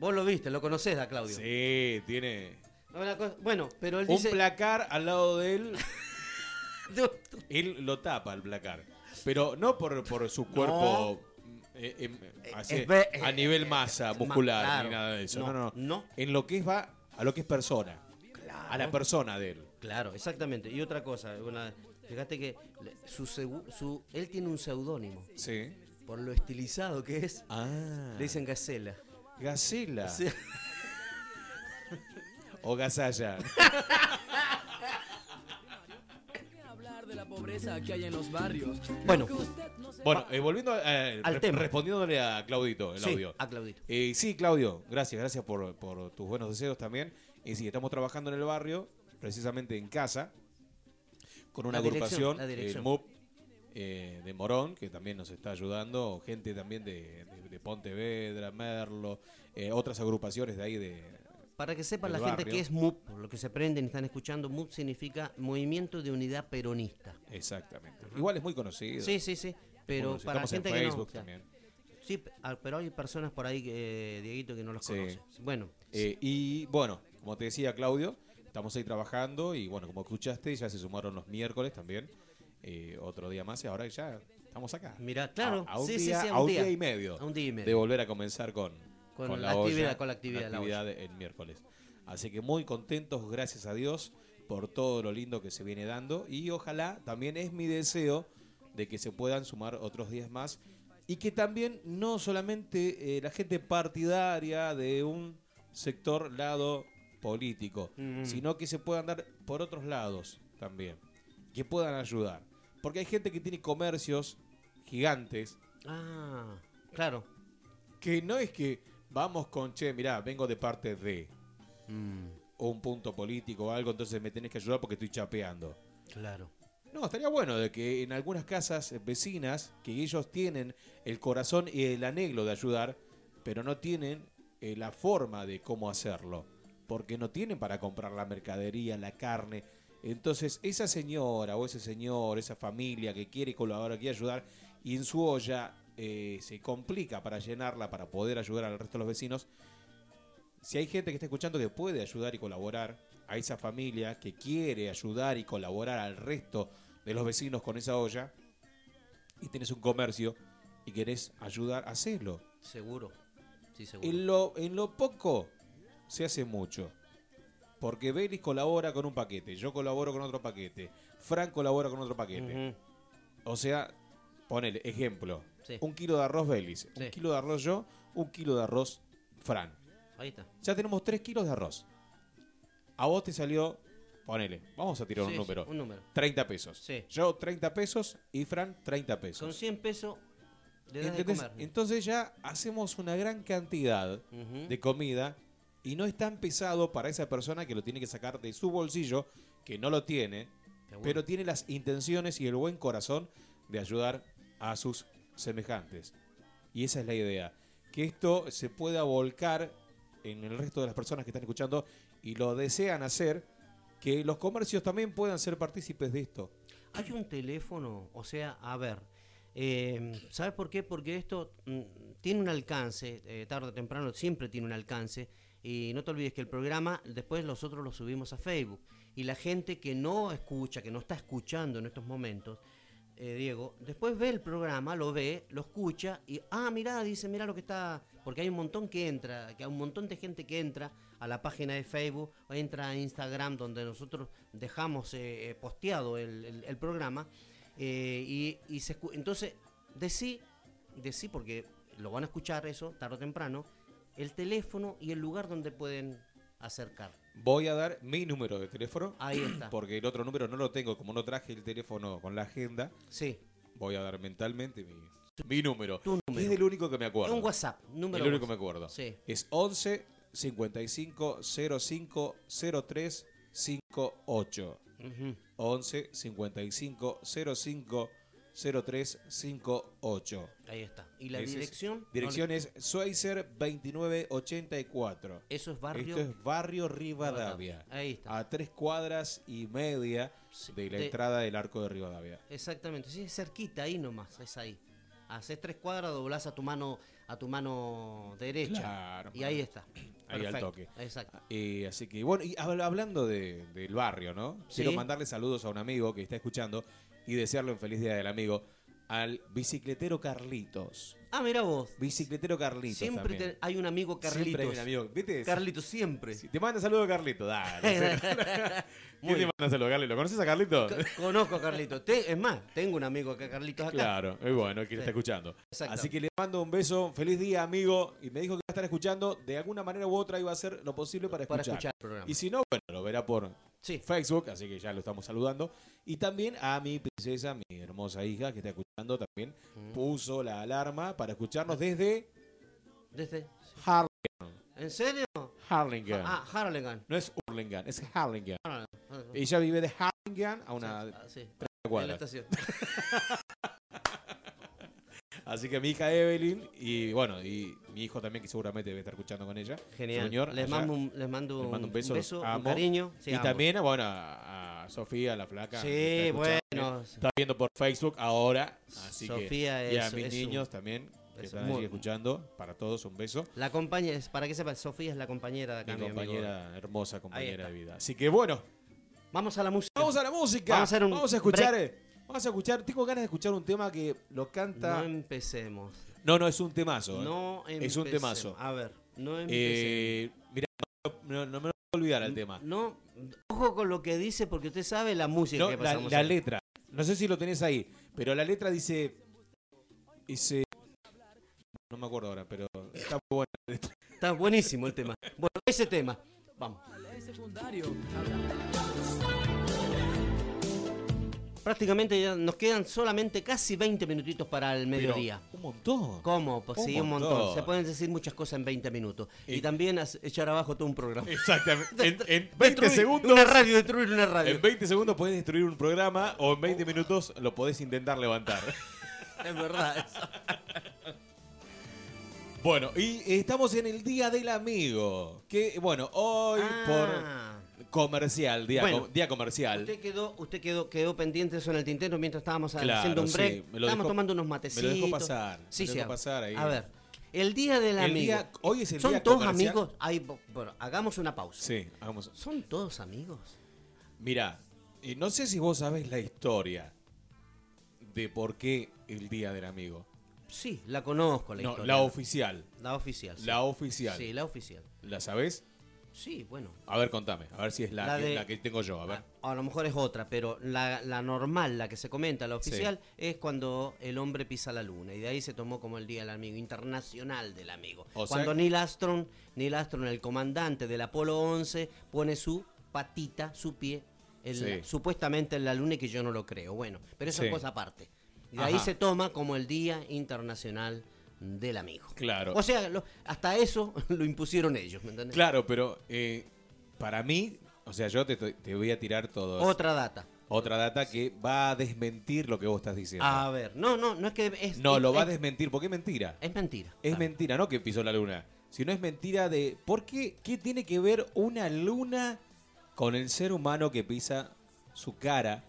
A: Vos lo viste, lo conocés a Claudio.
B: Sí, tiene
A: Una cosa- Bueno, pero él
B: un
A: dice.
B: placar al lado de él. Él lo tapa al placar. Pero no por, por su cuerpo eh, em, así,
A: es ve- eh,
B: a nivel masa muscular
A: Ma- claro.
B: ni nada de eso.
A: No,
B: No, no, no.
A: no.
B: En lo que es va a lo que es persona. A la persona de él.
A: Claro, exactamente. Y otra cosa, una- fíjate que le- su, segu- su- él tiene un seudónimo.
B: Sí.
A: Por lo estilizado que es,
B: Ah.
A: le dicen Gacela.
B: Gacela.
A: Sí.
B: O Gazalla.
F: hablar de la pobreza que hay en los barrios.
A: Bueno,
B: Bueno, eh, volviendo a- eh,
A: Al
B: re-
A: tema.
B: Respondiéndole a Claudito, el
A: sí,
B: audio.
A: a Claudito.
B: Eh, sí, Claudio, gracias, gracias por, por tus buenos deseos también. Y sí, estamos trabajando en el barrio, precisamente en casa, con una
A: La dirección,
B: agrupación,
A: la dirección.
B: el MUP eh, de Morón, que también nos está ayudando, gente también de, de- de Pontevedra, Merlo, eh, otras agrupaciones de ahí de,
A: Para que sepa
B: Del
A: la gente
B: barrio.
A: que es MUP, por lo que se prenden y están escuchando, MUP significa Movimiento de Unidad Peronista.
B: Exactamente. Igual es muy conocido.
A: Sí, sí, sí. Pero
B: Bueno, si
A: para la
B: estamos en
A: gente que no.
B: Facebook
A: o sea,
B: también.
A: Sí, pe- ah, pero hay personas por ahí, que, eh, Dieguito, que no los
B: Sí.
A: conoce. Bueno,
B: Eh, y bueno, como te decía Claudio, estamos ahí trabajando y bueno, como escuchaste, ya se sumaron los miércoles también, eh, otro día más y ahora ya estamos acá.
A: Mirá, claro,
B: a, a un
A: sí, sí,
B: día,
A: sí, a
B: a
A: un
B: un día
A: día.
B: y medio,
A: A un día y medio.
B: de volver a comenzar con,
A: Con la actividad,
B: olla,
A: con la actividad de la
B: actividad el miércoles. Así que muy contentos, gracias a Dios, por todo lo lindo que se viene dando y ojalá también es mi deseo de que se puedan sumar otros días más y que también no solamente eh, la gente partidaria de un sector lado político, sino que se puedan dar por otros lados también, que puedan ayudar. Porque hay gente que tiene comercios gigantes
A: ah, claro.
B: que no es que vamos con, che, mirá, vengo de parte de
A: Mm,
B: o un punto político o algo, entonces me tenés que ayudar porque estoy chapeando.
A: Claro.
B: No, estaría bueno de que en algunas casas eh, vecinas, que ellos tienen el corazón y el anhelo de ayudar, pero no tienen eh, la forma de cómo hacerlo, porque no tienen para comprar la mercadería, la carne. Entonces, esa señora o ese señor, esa familia que quiere colaborar, quiere ayudar, y en su olla eh, se complica para llenarla, para poder ayudar al resto de los vecinos, si hay gente que está escuchando que puede ayudar y colaborar a esa familia que quiere ayudar y colaborar al resto de los vecinos con esa olla y tienes un comercio y querés ayudar, hacelo.
A: Seguro. Sí, seguro.
B: En lo, en lo poco se hace mucho. Porque Belis colabora con un paquete, yo colaboro con otro paquete, Frank colabora con otro paquete.
A: Ujú.
B: O sea, ponele, ejemplo,
A: Sí.
B: un kilo de arroz Belis, un
A: Sí.
B: kilo de arroz yo, un kilo de arroz Fran.
A: Ahí está.
B: Ya tenemos 3 kilos de arroz. A vos te salió, ponele, vamos a tirar
A: Sí,
B: un
A: sí,
B: número.
A: un número.
B: 30 pesos.
A: Sí.
B: Yo 30 pesos y Fran 30
A: Con
B: pesos.
A: 100 pesos le das de
B: ¿Entendés?
A: comer.
B: Entonces ya hacemos una gran cantidad
A: Ujú.
B: de comida y no es tan pesado para esa persona que lo tiene que sacar de su bolsillo, que no lo tiene,
A: Qué bueno.
B: pero tiene las intenciones y el buen corazón de ayudar a sus semejantes. Y esa es la idea, que esto se pueda volcar en el resto de las personas que están escuchando y lo desean hacer, que los comercios también puedan ser partícipes de esto.
A: Hay un teléfono, o sea, a ver, eh, ¿sabes por qué? Porque esto mm, tiene un alcance, eh, tarde o temprano siempre tiene un alcance, y no te olvides que el programa después nosotros lo subimos a Facebook, y la gente que no escucha, que no está escuchando en estos momentos, eh, Diego, después ve el programa, lo ve, lo escucha, y, ah, mirá, dice, mirá lo que está, porque hay un montón que entra, que hay un montón de gente que entra a la página de Facebook, o entra a Instagram, donde nosotros dejamos eh, eh, posteado el, el- el programa, eh, y, y se escu- entonces, decí, decí, porque lo van a escuchar eso, tarde o temprano, el teléfono y el lugar donde pueden acercar.
B: Voy a dar mi número de teléfono,
A: Ahí está.
B: porque el otro número no lo tengo, como no traje el teléfono con la agenda,
A: Sí,
B: voy a dar mentalmente mi, mi número.
A: Tu
B: que Es
A: número.
B: el único que me
A: es
B: acuerdo.
A: un WhatsApp, número
B: el único que me
A: WhatsApp.
B: acuerdo.
A: Sí.
B: Es 11 55 05 03 58.
A: Ujú.
B: 11 55 05 03 58.
A: Ahí está. ¿Y la
B: Ese es-
A: dirección? No
B: dirección es Schweizer 2984.
A: le- Eso es barrio.
B: Esto es Barrio Rivadavia.
A: Ahí está.
B: A tres cuadras y media
A: Sí,
B: de la
A: de-
B: entrada del arco de Rivadavia.
A: Exactamente, sí, es cerquita ahí nomás, es ahí. Haces tres cuadras, doblás a tu mano, a tu mano derecha.
B: Claro,
A: y ahí está.
B: Ahí al
A: Perfecto,
B: toque.
A: Exacto.
B: Eh, así que bueno, y habla- hablando de- del barrio, ¿no?
A: Sí.
B: Quiero mandarle saludos a un amigo que está escuchando y desearle un feliz día del amigo al bicicletero Carlitos.
A: Ah, mira vos.
B: Bicicletero Carlitos.
A: Siempre
B: también.
A: te- hay un amigo Carlitos.
B: Siempre hay un amigo. ¿Viste?
A: Carlitos, siempre.
B: Si te manda saludos Carlitos,
A: Muy
B: dale. ¿Quién te
A: bien.
B: manda saludos, Carlitos? ¿Lo conoces a Carlitos?
A: Co- Conozco a Carlitos. Te- es más, tengo un amigo que Carlitos acá.
B: Claro, muy bueno, que
A: Sí.
B: le está escuchando.
A: Exacto.
B: Así que le mando un beso, un feliz día, amigo. Y me dijo que va a estar escuchando. De alguna manera u otra iba a hacer lo posible para
A: Para
B: escuchar.
A: escuchar el programa.
B: Y si no, bueno, lo verá por
A: Sí.
B: Facebook, así que ya lo estamos saludando. Y también a mi princesa, mi hermosa hija, que está escuchando también,
A: Mm.
B: puso la alarma para escucharnos desde
A: Desde-
B: Har-
A: ¿En serio?
B: Harlingen.
A: Ah, Harlegan.
B: No es Hurlingham, es Harlingen.
A: Ah, ah,
B: Ella vive de Harlingen a una
A: ah, sí. En la
B: cuadra.
A: estación.
B: Así que mi hija Evelyn y bueno, y mi hijo también que seguramente debe estar escuchando con ella.
A: Genial.
B: Señor,
A: les,
B: allá.
A: mando un, les mando
B: Les
A: un
B: mando un beso,
A: un,
B: los amo.
A: cariño. Sí,
B: y
A: ambos.
B: también, bueno, a, a Sofía, la flaca.
A: Sí,
B: que está escuchando,
A: bueno.
B: eh, Está viendo por Facebook ahora. Así
A: Sofía
B: que, y a
A: es-
B: mis
A: es
B: niños
A: un-
B: también, que
A: es
B: están
A: muy-
B: allí escuchando. Para todos, un beso.
A: La compañera, es- para que sepa, Sofía es la compañera de acá,
B: Mi
A: mi amigo.
B: compañera, hermosa compañera
A: está.
B: de vida. Así que bueno,
A: Vamos a la música.
B: vamos a la música.
A: Vamos a hacer un
B: escuchar. eh, Vamos a escuchar. Tengo ganas de escuchar un tema que lo
A: No
B: canta. No,
A: empecemos.
B: no, es un temazo. eh.
A: No empecemos.
B: Es un temazo.
A: A ver, no empecemos.
B: Eh, mirá, no, no me lo voy a olvidar el tema.
A: No, ojo con lo que dice porque usted sabe la música
B: No,
A: que
B: la,
A: pasamos.
B: la
A: hoy.
B: letra. No sé si lo tenés ahí, pero la letra dice. Dice. No me acuerdo ahora, pero está muy buena.
A: Está buenísimo el tema. Bueno, ese tema. Vamos.
F: Es secundario.
A: Prácticamente ya nos quedan solamente casi 20 minutitos para el
B: Pero
A: mediodía.
B: un montón.
A: ¿Cómo? Pues
B: Un
A: sí, un montón.
B: montón.
A: Se pueden decir muchas cosas en 20 minutos. Y,
B: Y-
A: también as- echar abajo todo un programa.
B: Exactamente. En, en 20
A: Destruir
B: segundos.
A: Una radio, destruir una radio.
B: En 20 segundos podés destruir un programa o en 20 minutos lo podés intentar levantar.
A: Es verdad. eso.
B: Bueno, y estamos en el Día del Amigo. Que, bueno, hoy
A: Ah.
B: por comercial, día,
A: Bueno.
B: com- día comercial.
A: Usted quedó, usted quedó, quedó pendiente eso en el tintero mientras estábamos
B: Claro,
A: haciendo un
B: sí,
A: break.
B: me lo
A: estábamos
B: dejó-
A: tomando unos
B: me lo dejó
A: matecitos.
B: pasar, me
A: Sí,
B: lo
A: sí,
B: dejó
A: a-
B: pasar ahí.
A: A ver, el día del
B: El
A: amigo.
B: día- hoy es el
A: Son
B: día
A: todos
B: comercial.
A: amigos. Ay, bo- bueno, hagamos una pausa.
B: Sí, hagamos.
A: Son todos amigos.
B: Mirá, eh, no sé si vos sabés la historia de por qué el Día del Amigo.
A: Sí, la conozco la
B: no,
A: historia.
B: la oficial.
A: La oficial. sí.
B: La oficial.
A: Sí, la oficial.
B: ¿La sabés?
A: Sí, bueno.
B: A ver, contame. A ver si es la,
A: La
B: que,
A: de- Ah,
B: la que tengo yo. A ver.
A: A, a lo mejor es otra, pero la, la normal, la que se comenta, la oficial, es cuando el hombre pisa la luna. Y de ahí se tomó como el Día del Amigo, internacional del amigo.
B: O sea
A: cuando
B: que-
A: Neil Armstrong, Neil Armstrong, el comandante del Apolo 11, pone su patita, su pie, en la-
B: Sí.
A: supuestamente en la luna, y que yo no lo creo. Bueno, pero eso
B: Sí.
A: es cosa aparte. Y de ahí
B: Ajá.
A: se toma como el Día Internacional del Amigo.
B: Claro.
A: O sea, lo- hasta eso lo impusieron ellos, ¿me entendés?
B: Claro, pero eh, para mí, o sea, yo te, te voy a tirar todo.
A: Otra data.
B: otra data que va a desmentir lo que vos estás diciendo.
A: A ver, no, no, no es que es,
B: no,
A: Ah, es-
B: lo va a
A: es-
B: desmentir porque es mentira.
A: Es mentira.
B: Es
A: Claro.
B: mentira, no que pisó la luna, sino es mentira de por qué, qué tiene que ver una luna con el ser humano que pisa su cara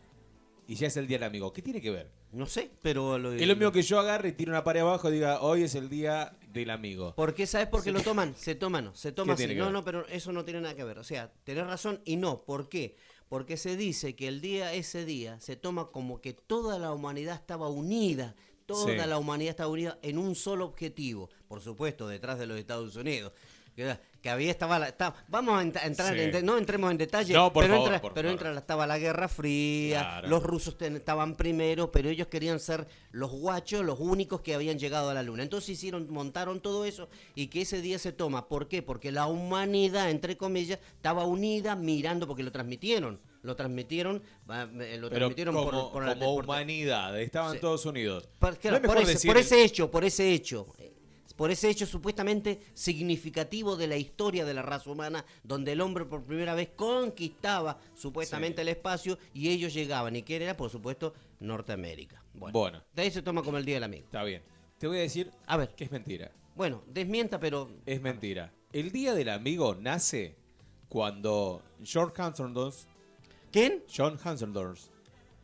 B: y ya es el día del amigo. ¿Qué tiene que ver?
A: No sé, pero lo
B: Es lo mismo que yo agarre y tiro una pared abajo y diga, hoy es el día del amigo.
A: ¿Por qué sabes por qué lo toman? Se toman, se toma
B: ¿Qué
A: así.
B: tiene que
A: No,
B: ver?
A: no, pero eso no tiene nada que ver. O sea, tenés razón y no. ¿Por qué? Porque se dice que el día ese día se toma como que toda la humanidad estaba unida. Toda
B: Sí.
A: la humanidad estaba unida en un solo objetivo. Por supuesto, detrás de los Estados Unidos. Que, que había estaba la, estaba- vamos a ent- a entrar
B: Sí.
A: en de- no entremos en detalle
B: No, por
A: pero
B: favor,
A: entra
B: por
A: pero
B: favor.
A: entra la- estaba la guerra fría
B: Claro.
A: los rusos ten- estaban primero, pero ellos querían ser los guachos, los únicos que habían llegado a la luna. Entonces hicieron, montaron todo eso y que ese día se toma. ¿Por qué? Porque la humanidad, entre comillas, estaba unida mirando, porque lo transmitieron. Lo transmitieron, va, eh, lo
B: Pero
A: transmitieron
B: como,
A: por, por la-
B: como
A: por-
B: humanidad, estaban
A: Sí.
B: todos unidos.
A: por-
B: ¿No
A: claro,
B: es
A: por
B: mejor
A: ese,
B: decir
A: por
B: el-
A: ese hecho, por ese hecho. eh, Por ese hecho supuestamente significativo de la historia de la raza humana, donde el hombre por primera vez conquistaba supuestamente
B: Sí.
A: el espacio y ellos llegaban. ¿Y quién era? Por supuesto, Norteamérica. Bueno,
B: Bueno.
A: De ahí se toma como el Día del Amigo.
B: Está bien. Te voy a decir
A: A ver,
B: que es mentira.
A: bueno, desmienta, pero...
B: Es mentira. El día del amigo nace cuando George Hanson
A: ¿Quién?
B: John Hanseldorf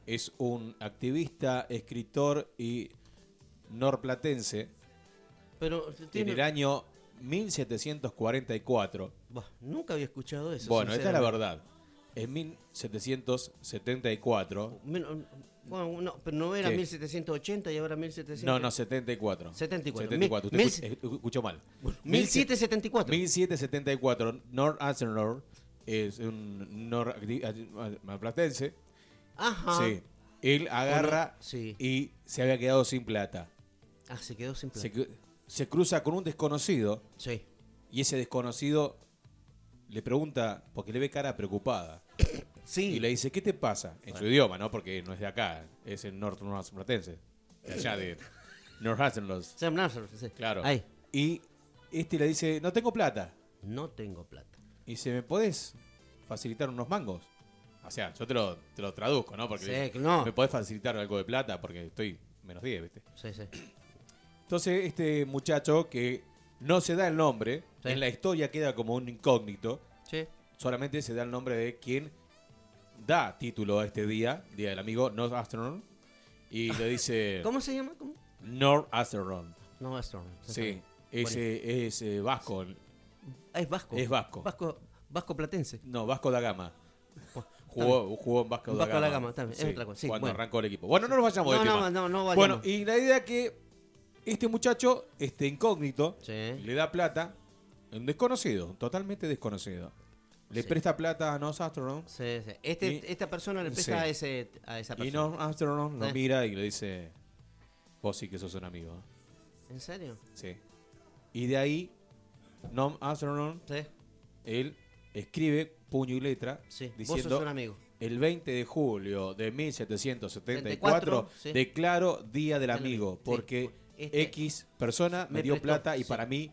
B: es un activista, escritor y norplatense.
A: Pero eh,
B: En
A: tiene-
B: el año 1744,
A: Buah, nunca había escuchado eso.
B: bueno, esta es la
A: sinceramente.
B: verdad. En 1774,
A: Men- eh, Bueno, no, pero no era
B: ¿Qué?
A: 1780 y ahora 1700.
B: no, no, 74.
A: 74.
B: 74,
A: Mil-
B: usted escu- escuchó mal.
A: 1774.
B: 1774, North Hanseldorf es un norplatense.
A: Ajá.
B: Sí. Él agarra
A: Bueno, sí.
B: y se había quedado sin plata.
A: Ah, se quedó sin plata.
B: se, cru- se cruza con un desconocido
A: Sí.
B: y ese desconocido le pregunta, porque le ve cara preocupada,
A: Sí.
B: y le dice, ¿qué te pasa? En su idioma, ¿no? Porque no es de acá, es el norte-norte-platense, de allá de Northamptonlos.
A: Sam Nasser, sí.
B: Claro.
A: Ahí.
B: Y este le dice, no tengo plata.
A: No tengo plata.
B: Y dice, ¿me podés facilitar unos mangos? O sea, yo te lo, te lo traduzco, ¿no? Porque
A: Sí, no.
B: me podés facilitar algo de plata porque estoy menos 10, ¿viste?
A: Sí, sí.
B: Entonces, este muchacho que no se da el nombre,
A: Sí.
B: en la historia queda como un incógnito,
A: Sí.
B: solamente se da el nombre de quien da título a este día, Día del Amigo, North Astronaut, y le dice
A: ¿Cómo se llama? ¿Cómo?
B: North Astronaut.
A: No, Astor.
B: Sí, es, eh, es, eh, vasco,
A: es vasco.
B: es vasco.
A: Vasco, vasco platense.
B: no, Vasco da Gama. Jugó, jugó en Vasco,
A: Pues, Vasco
B: da
A: da
B: Gama.
A: Gama, está bien, es otra cosa, sí,
B: cuando
A: bueno.
B: arrancó el equipo. Bueno, no nos vayamos de
A: No, no,
B: tema.
A: no, no vayamos.
B: Bueno, y la idea que este muchacho, este incógnito,
A: Sí.
B: le da plata, un desconocido, totalmente desconocido. Le
A: Sí.
B: presta plata a Nos Astronaut
A: Sí, sí. Este,
B: Y-
A: esta persona le presta
B: sí.
A: a, ese, a esa
B: y
A: persona.
B: Nos Astronaut lo
A: Sí.
B: mira y le dice, vos sí que sos un amigo.
A: ¿En serio?
B: Sí. Y de ahí, Nos Astronaut,
A: Sí,
B: él escribe puño y letra
A: sí. Vos
B: diciendo
A: sos un amigo.
B: El 20 de julio de 1774
A: 74, sí.
B: declaro Día del
A: Del
B: Amigo
A: Amigo, sí.
B: porque
A: Este-
B: X persona me,
A: me
B: dio
A: prestó,
B: plata y
A: sí.
B: para mí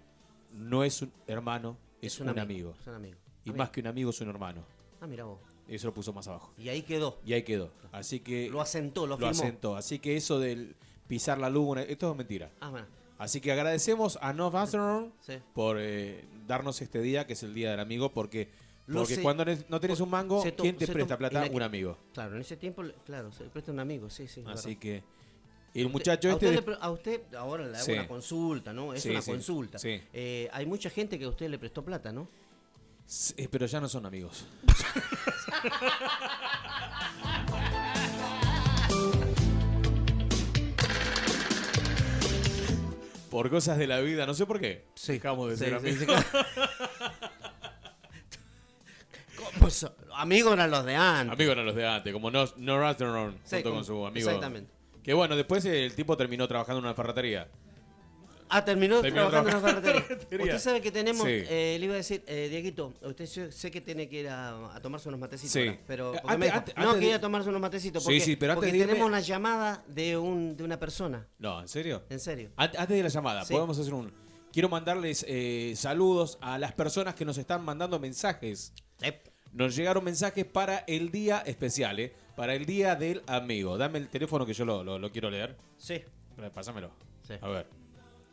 B: no es un hermano, es, un, amigo.
A: Es un amigo.
B: Y
A: Ah,
B: más
A: mira.
B: que un amigo es un hermano.
A: Ah, mira vos.
B: Eso lo puso más abajo.
A: Y ahí quedó.
B: Y ahí quedó. Así que
A: Lo asentó, lo
B: lo
A: firmó.
B: asentó. Así que eso del pisar la luna, esto es mentira.
A: Ah, bueno.
B: Así que agradecemos a North Amsterdam
A: Sí.
B: por eh, darnos este día, que es el Día del Amigo, porque,
A: Lo
B: porque
A: sé.
B: cuando ne- no tienes un mango,
A: Se to-
B: ¿quién te
A: se
B: presta
A: to- en
B: plata?
A: la-
B: Un amigo.
A: Claro, en ese tiempo, le- claro, se le presta un amigo, sí, sí. es
B: Así
A: verdad.
B: que el
A: Usted-
B: muchacho
A: a
B: este...
A: usted,
B: de-
A: le pre- a usted, ahora le hago
B: Sí.
A: una consulta, ¿no? Es
B: Sí,
A: una
B: sí,
A: consulta.
B: sí.
A: Eh, hay mucha gente que a usted le prestó plata, ¿no?
B: Sí, eh, pero ya no son amigos. Por cosas de la vida, no sé por qué. Dejamos de
A: Sí,
B: ser
A: sí,
B: amigos.
A: sí, claro. ¿Cómo son? Amigos eran los de antes.
B: Amigos eran los de antes, como No, no Rutherford
A: Sí,
B: junto
A: como-
B: con su amigo.
A: exactamente.
B: Que bueno, después el tipo terminó trabajando en una ferretería.
A: Ah, terminó,
B: Terminó
A: trabajando en la
B: trabajando en la
A: ferretería.
B: ferretería.
A: Usted sabe que tenemos,
B: Sí.
A: eh, le iba a decir, eh, Dieguito, usted yo sé que tiene que ir a, a tomarse unos matecitos.
B: Sí.
A: ahora, pero
B: Eh,
A: porque me
B: antes-
A: dijo,
B: antes-
A: no,
B: antes
A: que
B: de-
A: ir a tomarse unos matecitos.
B: Sí,
A: Porque,
B: sí, pero antes
A: porque
B: de irme-
A: tenemos una llamada de, un, de una persona,
B: No, ¿en serio?
A: en serio.
B: Ant- Antes de la llamada,
A: Sí.
B: podemos hacer un. Quiero mandarles eh, saludos a las personas que nos están mandando mensajes.
A: Ep.
B: Nos llegaron mensajes para el día especial, ¿eh? Para el día del amigo. Dame el teléfono que yo lo, lo- lo quiero leer.
A: Sí.
B: Eh, Pásamelo.
A: Sí.
B: A ver.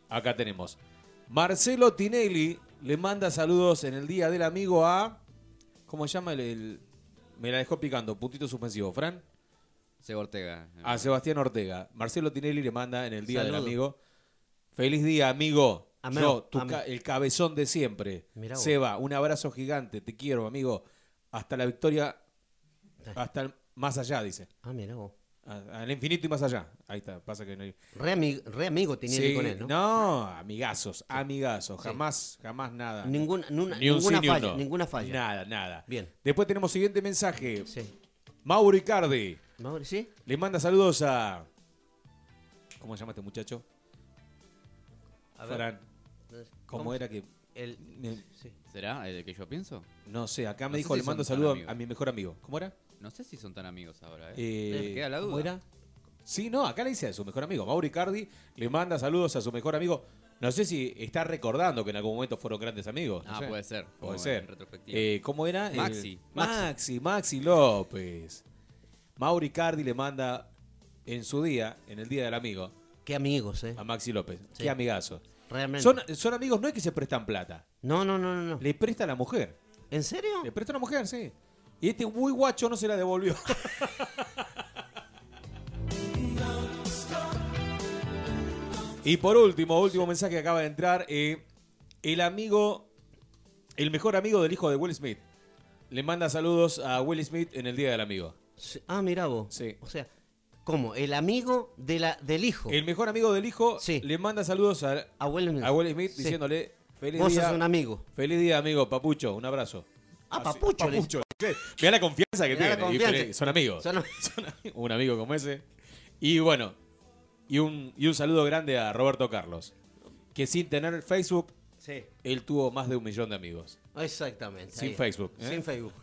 B: Acá tenemos. Marcelo Tinelli le manda saludos en el día del amigo a. ¿Cómo se llama el.? el- me la dejó picando. Puntito suspensivo. Fran.
C: Se Ortega.
B: A Sebastián Ortega. Marcelo Tinelli le manda en el día del
A: Saludos.
B: amigo. Feliz día, amigo.
A: Amén,
B: Yo, tu
A: amén.
B: ca- el cabezón de siempre.
A: Mirá vos.
B: Seba, un abrazo gigante. Te quiero, amigo. Hasta la victoria. Hasta el más allá, dice.
A: Ah, mira vos.
B: A- Al infinito y más allá. Ahí está. Pasa que no hay.
A: Re, ami- re amigo tenía
B: Sí,
A: con él, ¿no?
B: amigazos, amigazos. Jamás, jamás nada.
A: Ningún- nuna-
B: Ni un
A: ninguna
B: sí, ni un
A: falla,
B: no.
A: ninguna falla.
B: Nada, nada.
A: Bien.
B: Después tenemos siguiente mensaje.
A: Sí.
B: Mauro Icardi.
A: Mauri, ¿Sí?
B: Le manda saludos a. ¿Cómo se llama este muchacho?
A: A ver.
B: Fran. ¿Cómo,
A: ¿Cómo?
B: era que.?
A: El-
B: me-
A: sí.
C: ¿Será el que yo pienso?
B: no sé, acá me
C: No sé
B: dijo,
C: si
B: le mando
C: son tan
B: saludos
C: amigos.
B: a, a mi mejor amigo. ¿Cómo era?
C: No sé si son tan amigos ahora, ¿eh?
B: Eh,
C: queda la
B: ¿Cómo
C: duda.
B: era? Sí, no, acá le dice a su mejor amigo. Mauro Icardi le manda saludos a su mejor amigo. No sé si está recordando que en algún momento fueron grandes amigos. no
C: Ah,
B: sé.
C: puede ser, como
B: Puede
C: en
B: ser.
C: retrospectiva.
B: Eh, ¿Cómo era? El-
C: Maxi.
B: Maxi, Maxi López. Mauro Icardi le manda en su día, en el día del amigo,
A: Qué amigos, ¿eh?
B: a Maxi López.
A: Sí.
B: Qué amigazo.
A: Realmente.
B: Son, son amigos, no es que se prestan plata.
A: No, no, no, no. no.
B: Le presta a la mujer.
A: ¿En serio?
B: Le presta a la mujer, sí. Y este muy guacho no se la devolvió. y por último, último mensaje que acaba de entrar. eh, el amigo, el mejor amigo del hijo de Will Smith. Le manda saludos a Will Smith en el Día del Amigo.
A: Sí. Ah, mira vos.
B: Sí.
A: O sea, ¿cómo? El amigo de la, del hijo.
B: El mejor amigo del hijo
A: Sí.
B: le manda saludos a,
A: A Will Smith.
B: a Will Smith
A: Sí.
B: diciéndole feliz
A: Vos
B: día.
A: sos un amigo.
B: Feliz día, amigo Papucho. Un abrazo.
A: Ah,
B: Así-
A: Papucho, le-
B: Papucho. le- Mirá la confianza que
A: Mirá la
B: tiene. Y
A: confianza.
B: feliz- son amigos.
A: Son-
B: Son ami- un amigo como ese. Y bueno, y un, y un saludo grande a Roberto Carlos. Que sin tener Facebook,
A: Sí.
B: él tuvo más de un millón de amigos.
A: Exactamente.
B: Sin
A: ahí.
B: Facebook, ¿eh?
A: Sin Facebook.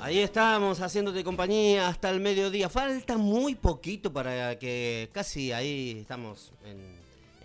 A: Ahí estamos, haciéndote compañía hasta el mediodía. Falta muy poquito para que casi ahí estamos en,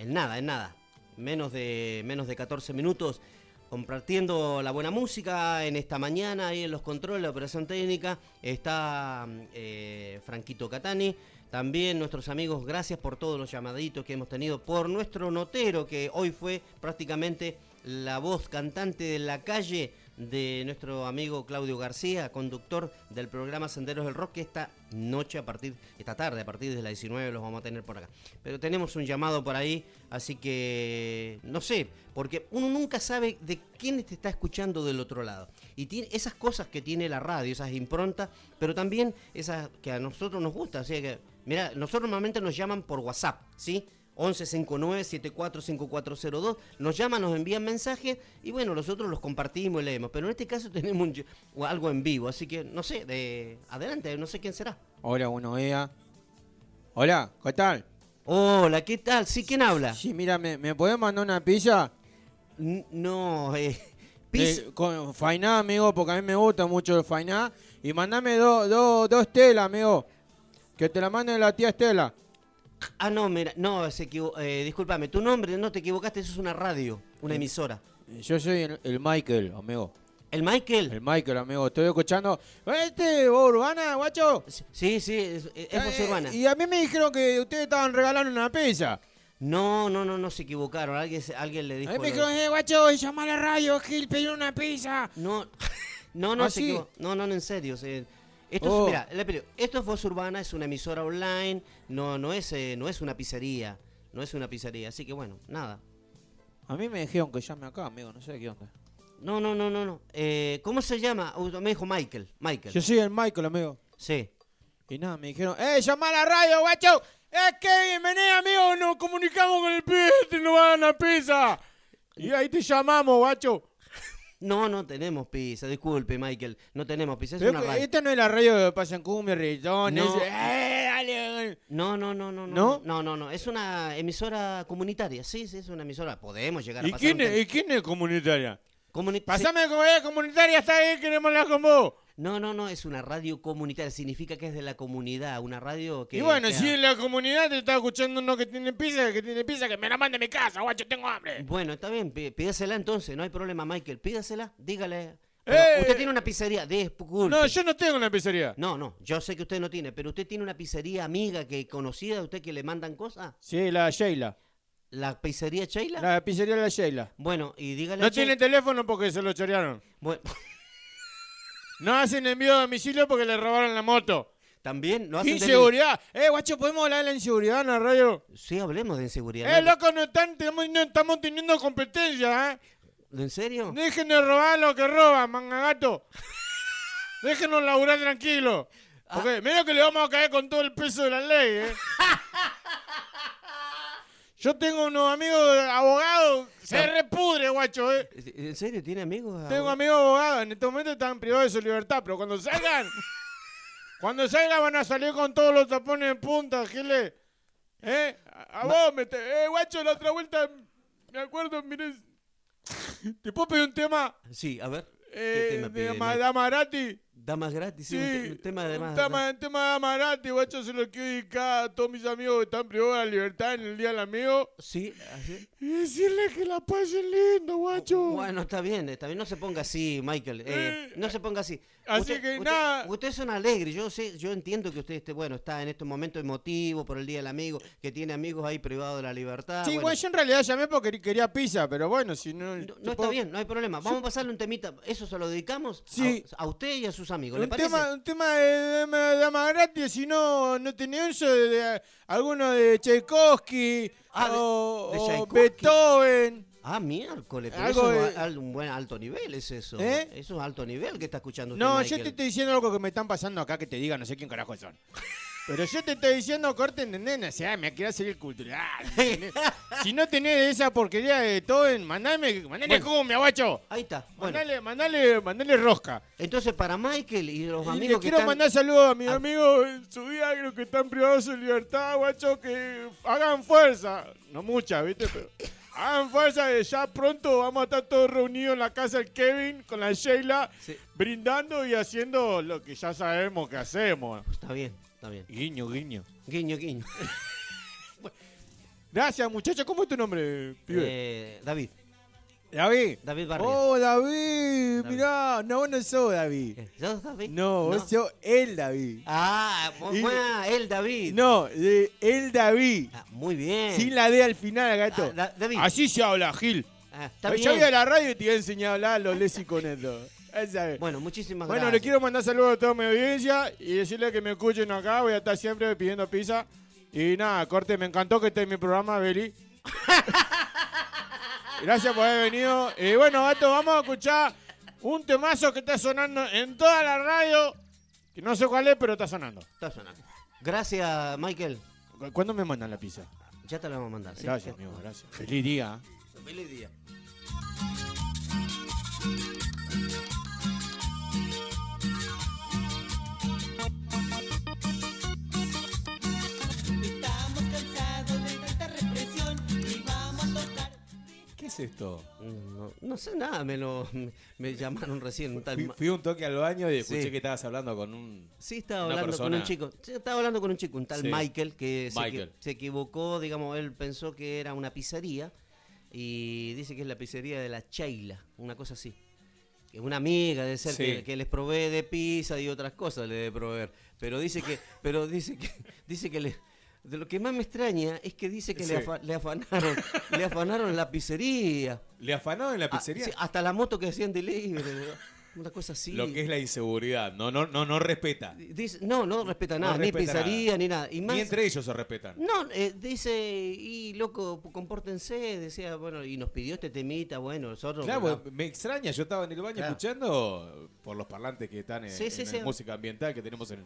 A: en nada, en nada. menos de, menos de 14 minutos, compartiendo la buena música en esta mañana, ahí en los controles, la operación técnica, está eh, Franquito Catani. También nuestros amigos, gracias por todos los llamaditos que hemos tenido, por nuestro notero, que hoy fue prácticamente la voz cantante de la calle de nuestro amigo Claudio García, conductor del programa Senderos del Rock, que esta noche, a partir, esta tarde, a partir de las 19, los vamos a tener por acá. Pero tenemos un llamado por ahí, así que no sé, porque uno nunca sabe de quién te está escuchando del otro lado. Y tiene esas cosas que tiene la radio, esas improntas, pero también esas que a nosotros nos gusta. O sea que, mira, nosotros normalmente nos llaman por WhatsApp, ¿sí? 1159-745402. Nos llaman, nos envían mensajes y bueno, nosotros los compartimos y leemos. Pero en este caso tenemos un ll- o algo en vivo, así que no sé, de adelante, no sé quién será.
G: Hola, buenos días. Hola, ¿qué tal?
A: Hola, ¿qué tal? Sí, ¿quién habla?
G: Sí, mira, ¿me, me podés mandar una pizza?
A: N- No, eh, pis-
G: Eh, con fainá, amigo, porque a mí me gusta mucho el fainá. Y mandame do- do- dos telas, amigo. Que te la mande la tía Estela.
A: Ah, no, mira, no, se equivo- eh, discúlpame, tu nombre, no te equivocaste, eso es una radio, una emisora.
G: Eh, Yo soy el, el Michael, amigo.
A: ¿El Michael?
G: El Michael, amigo. Estoy escuchando. ¿Este, vos, urbana, guacho?
A: Sí, sí, es, es voz
G: Eh,
A: urbana.
G: Y a mí me dijeron que ustedes estaban regalando una pizza.
A: No, no, no, no se equivocaron, alguien, se- alguien le dijo...
G: A mí
A: lo-
G: me dijeron, eh, guacho, llamá a la radio, Gil, pedí una pizza.
A: No, no, no,
G: ¿Ah,
A: se
G: sí?
A: equivo- no, no, no, en serio. se- esto,
G: Oh.
A: es, mirá, le pido, esto es Voz Urbana, es una emisora online, no, no, es, eh, no es una pizzería, no es una pizzería, así que bueno, nada.
G: A mí me dijeron que llame acá, amigo, no sé qué onda.
A: No, no, no, no, no. Eh, ¿Cómo se llama? Uh, Me dijo Michael, Michael.
G: Yo soy el Michael, amigo.
A: Sí.
G: Y nada, me dijeron, ¡eh, llamá a la radio, guacho! ¡Es que bienvenida, amigo! ¡Nos comunicamos con el pibe y nos van a dar una pizza! Y ahí te llamamos, guacho.
A: No, no tenemos pizza, disculpe Michael, no tenemos pizza, es
G: Pero
A: una
G: que
A: radio.
G: esta no es la radio de Pasan Cumbia, Reggaetón,
A: No.
G: es- ¡Eh, dale, dale!
A: No, no, no, no, no,
G: ¿No?
A: no, no, no, es una emisora comunitaria, sí, sí, es una emisora, podemos llegar a
G: ¿Y
A: pasar
G: quién,
A: un
G: es,
A: tem-
G: ¿Y quién es comunitaria?
A: comuni- sí.
G: Pasame con la comunitaria, está ahí, queremos hablar con vos.
A: No, no, no, es una radio comunitaria, significa que es de la comunidad, una radio que...
G: Y bueno,
A: que-
G: si en la comunidad te está escuchando uno que tiene pizza, que tiene pizza, que me la mande a mi casa, guacho, tengo hambre.
A: Bueno, está bien, pí- pídasela entonces, no hay problema, Michael, pídasela, dígale...
G: ¡Eh!
A: Bueno, usted tiene una pizzería, disculpe.
G: No, yo no tengo una pizzería.
A: No, no, yo sé que usted no tiene, pero usted tiene una pizzería amiga que conocida, usted que le mandan cosas,
G: Sí, la Sheila.
A: la pizzería Sheila.
G: La pizzería de la Sheila.
A: Bueno, y dígale... a
G: No
A: Sheila-
G: tiene teléfono porque se lo chorearon.
A: Bueno,
G: No hacen envío a domicilio porque le robaron la moto.
A: también no hacen... deli-
G: Inseguridad. Eh, guacho, ¿podemos hablar de la inseguridad en la radio?
A: Sí, hablemos de inseguridad.
G: Eh,
A: ¿no?
G: loco, no, están, tenemos- no estamos teniendo competencia, ¿eh?
A: ¿En serio?
G: Dejen de robar lo que roban, mangagato. Déjenos laburar tranquilo.
A: Ah.
G: Porque menos que le vamos a caer con todo el peso de la ley, ¿eh? Yo tengo unos amigos abogados, se repudre, guacho, ¿eh?
A: ¿En serio tiene amigos?
G: Tengo amigos abogados, en este momento están privados de su libertad, pero cuando salgan, cuando salgan van a salir con todos los tapones en punta, Giles. ¿Eh? A, a vos, me te- eh, guacho, la otra vuelta, me acuerdo, miré, te puedo pedir un tema
A: Sí, a ver.
G: eh,
A: ¿Qué tema
G: de
A: pide,
G: Ama-
A: Mike?
G: de Amarati.
A: Damas gratis, sí,
G: Sí,
A: un, te- un tema de más.
G: un tema, un tema de Amarati, guacho, se lo quiero dedicar a todos mis amigos que están privados de la libertad en el Día del Amigo.
A: Sí, así. Oh,
G: Y decirle que la pasen lindo, guacho.
A: Bueno, está bien, está bien. No se ponga así, Michael. eh,
G: Eh,
A: no se ponga así.
G: así que nada.
A: Ustedes son alegres. Yo sé, yo entiendo que usted esté, bueno, está en este momento emotivo por el Día del Amigo, que tiene amigos ahí privados de la libertad.
G: Sí,
A: ah, bueno.
G: bueno, yo en realidad llamé porque quería pizza, pero bueno, si no...
A: No,
G: te
A: no está
G: puedo-
A: bien, no hay problema. Vamos a pasarle un temita. Eso se lo dedicamos a-
G: Sí.
A: a, usted y a sus amigos. ¿Le
G: Un
A: parece?
G: tema, un tema de, de, Ma- de Amagrati, si no, no tenía eso de, de- alguno de Tchaikovsky
A: Ah, de-
G: o,
A: de
G: o
A: Tchaikovsky.
G: Beethoven.
A: Ah, miércoles, pero
G: Algo
A: eso es
G: de-
A: al- un buen alto nivel, es eso.
G: ¿Eh?
A: Eso es alto nivel que está escuchando usted.
G: No, yo
A: Michael.
G: te estoy diciendo algo que me están pasando acá que te diga, no sé quién carajo son. Pero yo te estoy diciendo, corten de nena, o sea, me quiero hacer el cultural. Si no- Si no tenés esa porquería de Beethoven, mandame, mandale cumbia, guacho.
A: Ahí está. Bueno,
G: Mandale, mandale, mandale rosca.
A: entonces para Michael y los
G: Y
A: amigos
G: le
A: que
G: quiero
A: están-
G: mandar saludos a mis
A: Ah.
G: amigos en su día, los que están privados de su libertad, guacho, que hagan fuerza. No mucha, ¿viste? Pero hagan fuerza, que ya pronto vamos a estar todos reunidos en la casa del Kevin con la Sheila,
A: Sí.
G: brindando y haciendo lo que ya sabemos que hacemos.
A: Está bien, está bien.
G: Guiño, guiño.
A: Guiño, guiño.
G: Gracias, muchacho. ¿Cómo es tu nombre, pibe?
A: Eh, David,
G: David.
A: David Barrio.
G: Oh, David,
A: David. ¿Eh?
G: mirá. No, vos no sos David.
A: ¿Qué? ¿Sos David?
G: No, vos sos el David.
A: Ah, vos-
G: Y-
A: bueno, el David.
G: No, de- el David.
A: Ah, muy bien.
G: Sin la D al final,
A: Ah,
G: gato.
A: Da- David.
G: Así se habla, Gil.
A: Ah, está
G: Yo voy a
A: bien.
G: la radio y te voy a enseñar a hablar a los lesi con esto. Esa es.
A: Bueno, muchísimas
G: Bueno,
A: gracias.
G: le quiero mandar saludos a toda mi audiencia y decirle que me escuchen acá. Voy a estar siempre pidiendo pizza. Y nada, corte, me encantó que esté en mi programa, Beli. Gracias por haber venido. Y bueno, gato, vamos a escuchar un temazo que está sonando en toda la radio. Que no sé cuál es, pero está sonando.
A: Está sonando. Gracias, Michael.
G: ¿Cu- ¿Cuándo me mandan la pizza?
A: Ya te la vamos a mandar. ¿sí?
G: Gracias, amigo, gracias. Feliz día.
A: Feliz día.
B: ¿Qué es esto?
A: Mm, No, no sé nada, me lo me llamaron recién. un Tal...
B: Fui,
A: ma-
B: fui un toque al baño y escuché
A: Sí.
B: que estabas hablando con un.
A: Sí, estaba
B: Una
A: hablando con
B: persona.
A: un chico. Sí, estaba hablando con un chico, un tal
B: Sí.
A: Michael, que se, equi-
B: Michael.
A: se equivocó, digamos, él pensó que era una pizzería y dice que es la pizzería de la Sheila, una cosa así. Que una amiga de ser
B: Sí.
A: que, que les provee de pizza y otras cosas le debe proveer. Pero dice que, pero dice que, dice que le, de lo que más me extraña es que dice que le,
B: Sí.
A: afa- le afanaron, le afanaron la pizzería.
B: ¿Le afanó en la
A: Ah,
B: pizzería?
A: sí, hasta la moto que hacían delivery, una cosa así.
B: Lo que es la inseguridad. No, no, no, no respeta.
A: Dice- no, no respeta
B: No
A: nada, ni
B: respeta
A: pizzería,
B: nada.
A: ni nada. Y más,
B: Ni entre ellos se respetan.
A: No, eh, dice, y loco, compórtense, decía, bueno, y nos pidió este temita, bueno, nosotros...
B: Claro,
A: bueno,
B: me extraña, yo estaba en el baño
A: Claro.
B: escuchando por los parlantes que están en,
A: Sí, sí,
B: en
A: sí.
B: la música ambiental que tenemos en,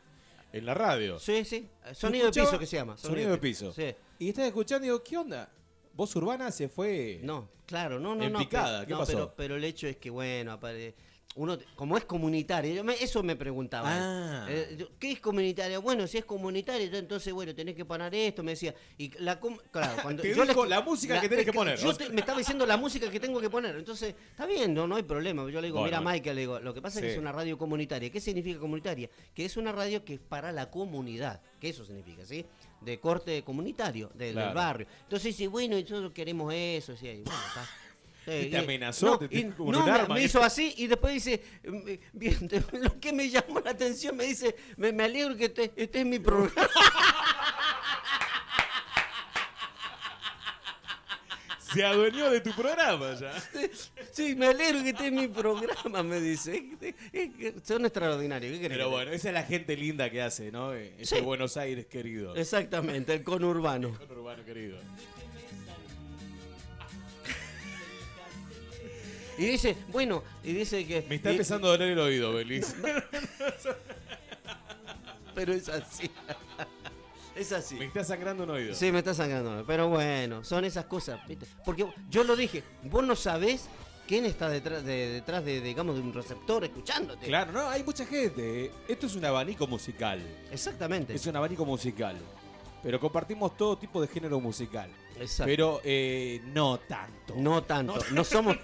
B: en la radio.
A: sí, sí, eh, sonido de
B: Escuchaba-
A: piso que se llama.
B: Sonido de piso.
A: Sí.
B: Y estás escuchando y digo, ¿qué onda? Voz Urbana se fue.
A: No, claro, no, no,
B: En
A: no.
B: picada,
A: pero,
B: ¿qué
A: no,
B: pasó?
A: Pero, pero el hecho es que, bueno, apare- uno, como es comunitario, yo me- eso me preguntaba.
B: Ah.
A: Eh, yo, ¿Qué es comunitario? Bueno, si es comunitario, yo entonces, bueno, tenés que parar esto, me decía. Y la com- claro, cuando
B: Te
A: yo
B: dijo la música que tenés
A: es
B: que poner,
A: Yo
B: ¿no?
A: te- me estaba diciendo la música que tengo que poner. Entonces, está bien, no, no hay problema. Yo le digo,
B: Bueno,
A: mira,
B: bueno.
A: Michael, le digo, lo que pasa es que
B: Sí.
A: es una radio comunitaria. ¿Qué significa comunitaria? Que es una radio que es para la comunidad, que eso significa, ¿sí? De corte comunitario, de- del
B: Claro.
A: barrio. Entonces dice, bueno, nosotros queremos eso. decía, y bueno, está. Eh,
B: Y te
A: eh,
B: amenazó,
A: no,
B: te-
A: y-
B: te- como
A: no,
B: un
A: me-
B: arma,
A: me
B: ¿eh?
A: hizo así y después dice, mm, bien, lo que me llamó la atención, me dice, me, me alegro que este, este es mi programa.
B: Se adueñó de tu programa ya.
A: Sí, me alegro que este es mi programa, me dice. Es que Son extraordinarios, ¿qué querés que
B: Pero
A: te
B: bueno, esa es la gente linda que hace, ¿no? Eh, Ese
A: Sí.
B: Buenos Aires querido.
A: diga? Exactamente, el conurbano.
B: Urbano querido.
A: Y dice, bueno, y dice que...
B: Me está
A: y-
B: empezando a doler el oído, Belis.
A: Pero es así. es así.
B: Me está sangrando un oído.
A: Sí, me está sangrando. Pero bueno, son esas cosas. ¿viste? Porque yo lo dije, vos no sabés quién está detrás de, detrás de digamos, de un receptor escuchándote.
B: Claro, no, hay mucha gente. eh. Esto es un abanico musical.
A: Exactamente.
B: Es un abanico musical. Pero compartimos todo tipo de género musical.
A: Exacto.
B: Pero eh, no tanto.
A: no tanto. No, somos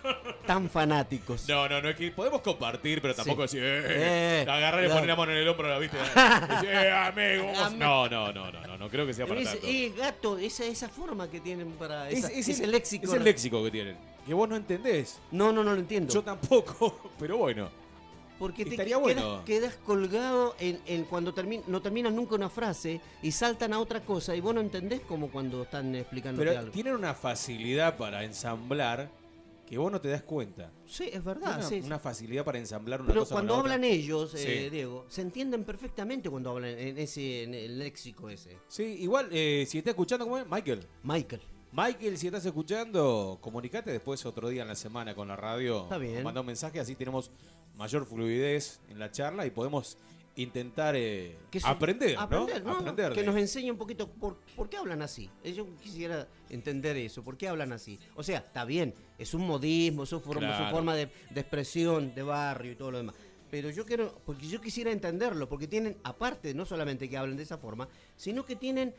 A: tan fanáticos.
B: No, no, no, es que podemos compartir, pero tampoco
A: Sí.
B: decir, eh,
A: Eh,
B: agarrar y
A: claro.
B: poner la mano en el hombro, ¿la viste? Decir, eh, amigo, vos- No, no, no, no, no, no creo que sea
A: Pero
B: para
A: es,
B: tanto.
A: eh, gato, esa, esa forma que tienen para. Esa, ese léxico.
B: Es el léxico que tienen. Que vos no entendés.
A: No, no, no lo entiendo.
B: Yo tampoco, pero bueno.
A: Porque te
B: Estaría
A: quedas,
B: bueno.
A: quedas colgado en, en cuando termin- no terminas nunca una frase y saltan a otra cosa y vos no entendés como cuando están explicándote
B: Pero
A: algo.
B: tienen una facilidad para ensamblar que vos no te das cuenta.
A: Sí, es verdad.
B: una,
A: Ah, sí, sí.
B: una facilidad para ensamblar una
A: Pero
B: cosa
A: cuando
B: con la
A: hablan
B: otra.
A: ellos, eh,
B: Sí.
A: Diego, se entienden perfectamente cuando hablan en ese en el léxico ese.
B: Sí, igual, eh, si estás escuchando, ¿cómo es? Michael.
A: Michael.
B: Michael, si estás escuchando, comunicate después otro día en la semana con la radio.
A: Está bien.
B: O Manda un mensaje, así tenemos mayor fluidez en la charla y podemos intentar eh,
A: que se-
B: aprender, ¿no?
A: aprender, ¿no?
B: Aprender
A: Que
B: de-
A: nos enseñe un poquito por, por qué hablan así. Eh, Yo quisiera entender eso, por qué hablan así. O sea, está bien, es un modismo, es su forma, su
B: Claro.
A: forma de, de expresión, de barrio y todo lo demás. Pero yo quiero, porque yo quisiera entenderlo, porque tienen, aparte, no solamente que hablan de esa forma, sino que tienen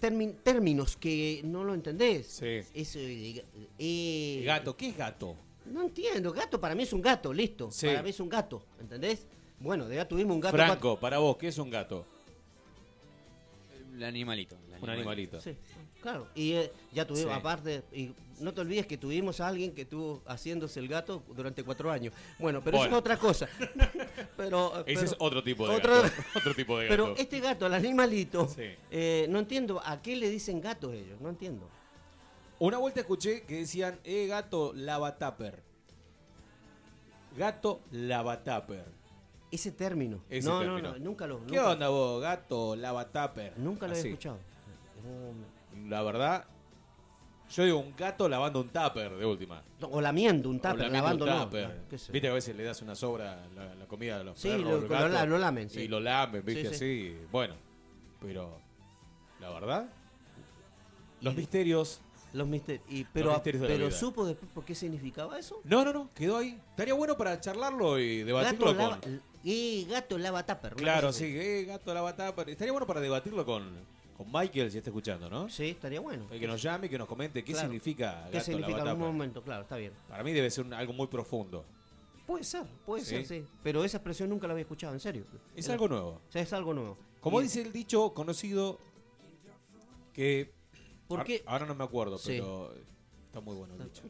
A: termi- términos que no lo entendés.
B: Sí.
A: Eso, eh, eh,
B: Gato, ¿qué es gato?
A: No entiendo, gato para mí es un gato, listo.
B: Sí.
A: Para mí es un gato, ¿entendés? Bueno, ya tuvimos un gato.
B: Franco, para vos, ¿qué es un gato?
C: El animalito. el
B: Un animalito.
A: Sí. Claro, y eh, ya tuvimos,
C: Sí.
A: aparte, y no te olvides que tuvimos a alguien que estuvo haciéndose el gato durante cuatro años. Bueno, pero eso
B: Bueno.
A: es otra cosa. pero, eh,
B: Ese es
A: pero-
B: otro tipo de
A: otro-
B: gato. otro tipo de gato.
A: Pero este gato, el animalito,
B: Sí.
A: eh, no entiendo a qué le dicen gatos ellos, no entiendo.
B: Una vuelta escuché que decían, eh, gato, lava tupper. Gato, lava tupper.
A: Ese término.
B: Ese
A: no,
B: término.
A: no, no, nunca lo,
B: ¿Qué
A: nunca,
B: onda vos, gato, lava tupper?
A: nunca lo he
B: Así.
A: escuchado. No,
B: La verdad, yo digo un gato lavando un tupper de última.
A: O lamiendo un
B: O
A: tupper,
B: lamiendo
A: lavando
B: un
A: no.
B: tupper.
A: no, qué sé yo.
B: Viste que a veces le das una sobra la, la comida a los
A: Sí,
B: perros,
A: lo-
B: a los
A: lo
B: gatos,
A: la- lo lamen, sí.
B: Y lo lamen, viste,
A: Sí,
B: así. Bueno, pero la verdad, los
A: Y-
B: misterios...
A: Los misterios. Y, pero
B: misterios de la
A: pero
B: vida.
A: supo después por qué significaba eso.
B: No, no, no, quedó ahí. Estaría bueno para charlarlo y debatirlo
A: Gato lava,
B: con...
A: y gato lava tupper. una
B: Claro,
A: cosa
B: sí,
A: así.
B: eh, gato la batata. pero Estaría bueno para debatirlo con, con Michael, si está escuchando, ¿no?
A: Sí, estaría bueno.
B: Eh, Que nos llame y que nos comente qué
A: Claro.
B: significa gato
A: ¿Qué significa
B: la
A: en
B: batata.
A: algún momento? Claro, está bien.
B: Para mí debe ser un- algo muy profundo.
A: Puede ser, puede ser,
B: Sí.
A: sí. Pero esa expresión nunca la había escuchado, en serio.
B: Es
A: Era-
B: algo nuevo.
A: O sea, es algo nuevo.
B: Como
A: Y-
B: dice el dicho conocido que...
A: ¿Por
B: Ar-
A: qué?
B: Ahora no me acuerdo,
A: Sí.
B: pero está muy bueno el dicho.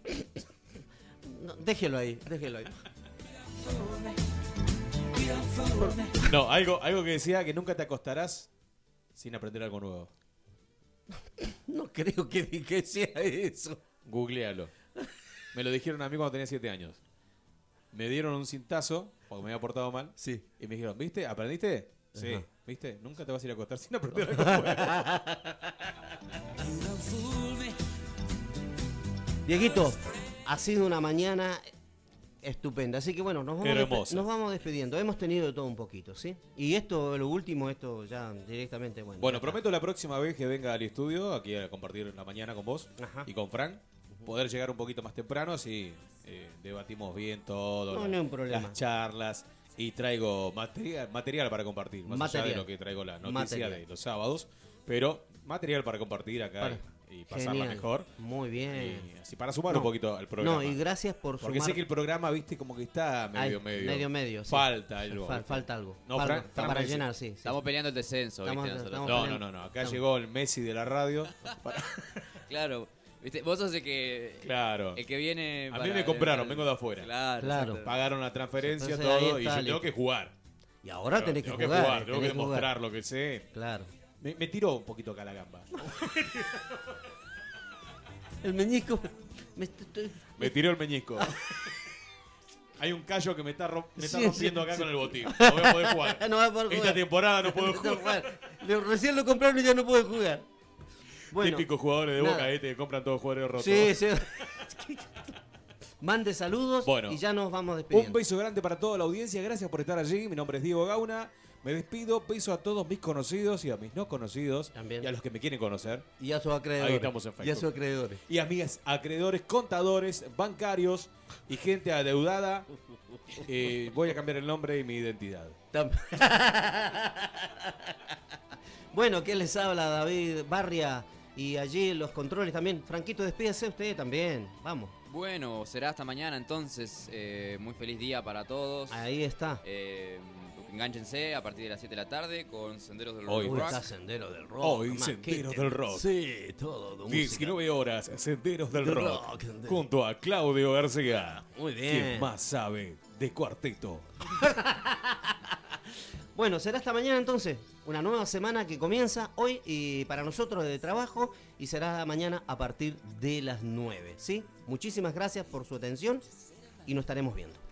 A: no, déjelo ahí, déjelo ahí.
B: No, algo, algo que decía que nunca te acostarás sin aprender algo nuevo.
A: No creo que, que sea eso.
B: Googlealo. Me lo dijeron a mí cuando tenía 7 años. Me dieron un cintazo porque me había portado mal.
A: Sí.
B: Y me dijeron, ¿viste? ¿Aprendiste? Sí.
A: Ajá.
B: ¿Viste? Nunca te vas a ir a acostar sin aprender algo nuevo.
A: Dieguito, ha sido una mañana estupenda. Así que bueno, nos
B: Qué
A: vamos, despe-
B: hermoso.
A: nos vamos despidiendo. Hemos tenido de todo un poquito, ¿sí? Y esto, lo último, esto ya directamente, bueno.
B: Bueno,
A: ya está.
B: prometo la próxima vez que venga al estudio, aquí a compartir la mañana con vos
A: Ajá.
B: y con Frank, poder llegar un poquito más temprano, así eh, debatimos bien todo,
A: No,
B: la-
A: no hay un problema.
B: las charlas y traigo material, material para compartir, más allá de
A: Material.
B: lo que traigo la noticia
A: Material.
B: de los sábados, pero material para compartir acá
A: Vale.
B: y pasarla
A: Genial.
B: mejor.
A: Muy bien.
B: Y así para sumar
A: No.
B: un poquito al programa.
A: No, y gracias por
B: Porque
A: sumar.
B: sé que el programa, viste, como que está medio
A: Ay,
B: medio.
A: medio, medio, sí.
B: Falta algo.
A: Fal-
B: ¿viste?
A: falta algo.
B: No,
A: Falta-
B: Fran- Fran
A: para
B: me dice-
A: llenar, sí. sí.
C: Estamos peleando el descenso,
A: Estamos-
C: ¿viste? Nosotros.
A: estamos-
B: No, no, no, no. Acá
A: Estamos-
B: llegó el Messi de la radio.
C: Claro, ¿viste? Vos sos el que.
B: Claro.
C: El que viene.
B: A mí me compraron, vengo de afuera.
C: Claro.
A: Claro.
C: exacto.
B: Pagaron la transferencia,
A: Entonces, ahí
B: todo, y
A: está,
B: yo tengo
A: listo.
B: que jugar.
A: Y ahora tenés que
B: tengo
A: jugar. eh,
B: tengo que
A: tenés jugar.
B: demostrar lo que sé.
A: Claro.
B: Me, me tiró un poquito acá la gamba.
A: El meñisco. me est- estoy-
B: Me tiró el meñisco. Hay un callo que me está, rom- me está
A: Sí, sí,
B: rompiendo acá con el botín. No voy a poder jugar.
A: No va a poder
B: Esta
A: jugar.
B: temporada no puedo
A: No puedo
B: jugar.
A: jugar. Le- Recién lo compraron y ya no puede jugar. Bueno,
B: Típicos jugadores de
A: nada.
B: boca, ¿eh? Te compran todos jugadores rotos.
A: Sí, sí. Mande saludos
B: Bueno.
A: y ya nos vamos
B: Un
A: despidiendo.
B: beso grande para toda la audiencia, gracias por estar allí. Mi nombre es Diego Gauna. Me despido, beso a todos mis conocidos y a mis no conocidos
A: También.
B: y a los que me quieren conocer.
A: Y a sus acreedores.
B: Ahí estamos en
A: Y a
B: Facebook.
A: sus acreedores.
B: Y a mis acreedores, contadores, bancarios y gente adeudada. Eh, voy a cambiar el nombre y mi identidad.
A: Tam- bueno, ¿qué les habla David Barria? Y allí los controles también. Franquito, despídese usted también. Vamos.
C: Bueno, será hasta mañana entonces. eh, muy feliz día para todos.
A: Ahí está.
C: Eh, engánchense a partir de las 7 de la tarde con Senderos del
B: Hoy.
C: Rock
A: Uy,
C: Rock.
A: está Sendero del Rock.
B: Hoy,
A: nomás.
B: Senderos
A: Qué-
B: del Rock.
A: Sí, todo. de música.
B: 19 horas, Senderos del
A: Del
B: Rock,
A: rock, del-
B: junto a Claudio García.
A: Muy bien.
B: Quien más sabe de cuarteto.
A: Bueno, será hasta mañana entonces. Una nueva semana que comienza hoy y para nosotros de trabajo y será mañana a partir de las 9. ¿sí? Muchísimas gracias por su atención y nos estaremos viendo.